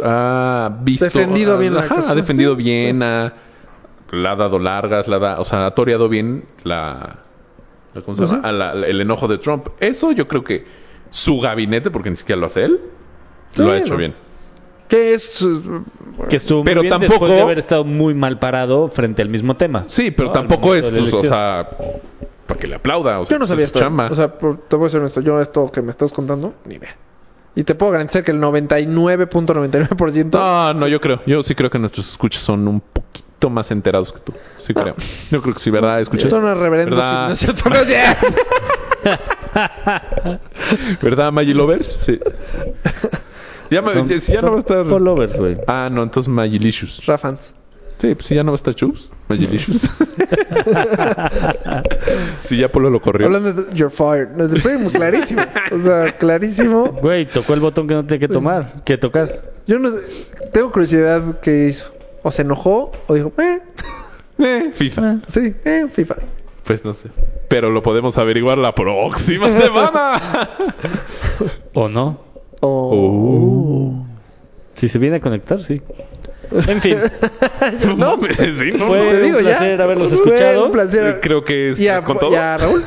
ha visto
Defendido bien la
Ajá,
cosa,
ha defendido
sí.
bien, ha la ha dado largas, la da, o sea, ha toreado bien la, la- ¿cómo se
Pues
llama?
sí.
A la- la- el enojo de Trump. Eso yo creo que su gabinete, porque ni siquiera lo hace él,
Sí,
lo ha hecho
no.
bien.
¿Qué es? eh,
Que estuvo muy
Pero
bien
tampoco-
después de haber estado muy mal parado frente al mismo tema.
Sí, pero
No, al
tampoco es,
momento de la
pues, o
elección.
sea, para que le aplauda. O sea, pues,
Yo no sabía
es su
esto.
chamba.
O sea, por- te voy a ser honesto. Yo esto que me estás contando, ni idea. Y te puedo garantizar que el 99.99%
No, no, yo creo. Yo sí creo que nuestros escuchas son un poquito más enterados que tú. Sí creo. Yo creo que sí, ¿verdad? Escuchas.
son unos reverendos.
¿Verdad?
No es cierto, no es cierto.
¿Verdad, Maggie Lovers? Sí. Ya, ma-
Son-
ya- si ya
son
no va a estar...
followers, güey.
Ah, no, entonces Magilicious.
Rafans.
Sí, pues si ya no va a estar Chups, Magilicious. si ya Polo lo corrió.
Hablando de You're Fired. No, te fue clarísimo. O sea, clarísimo.
Güey, tocó el botón que no tenía que tomar, que tocar.
Yo no sé, tengo curiosidad qué hizo. O se enojó o dijo, eh,
Eh, FIFA.
sí, eh, FIFA.
Pues no sé. Pero lo podemos averiguar la próxima semana.
¿O no?
O Oh.
Uh.
Si se viene a conectar, sí. En fin,
No, pues, sí, no,
Fue-
no.
un placer haberlos escuchado.
Fue un placer.
Creo que es
y a,
con todo.
y a Raúl.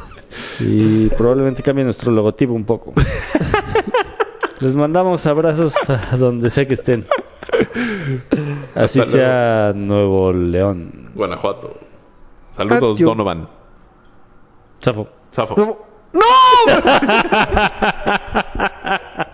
y probablemente cambie nuestro logotipo un poco. Les mandamos abrazos a donde sea que estén. Así
Hasta
sea Nuevo León.
Guanajuato. Saludos,
Adiós.
Donovan.
Chafo.
Safo.
No.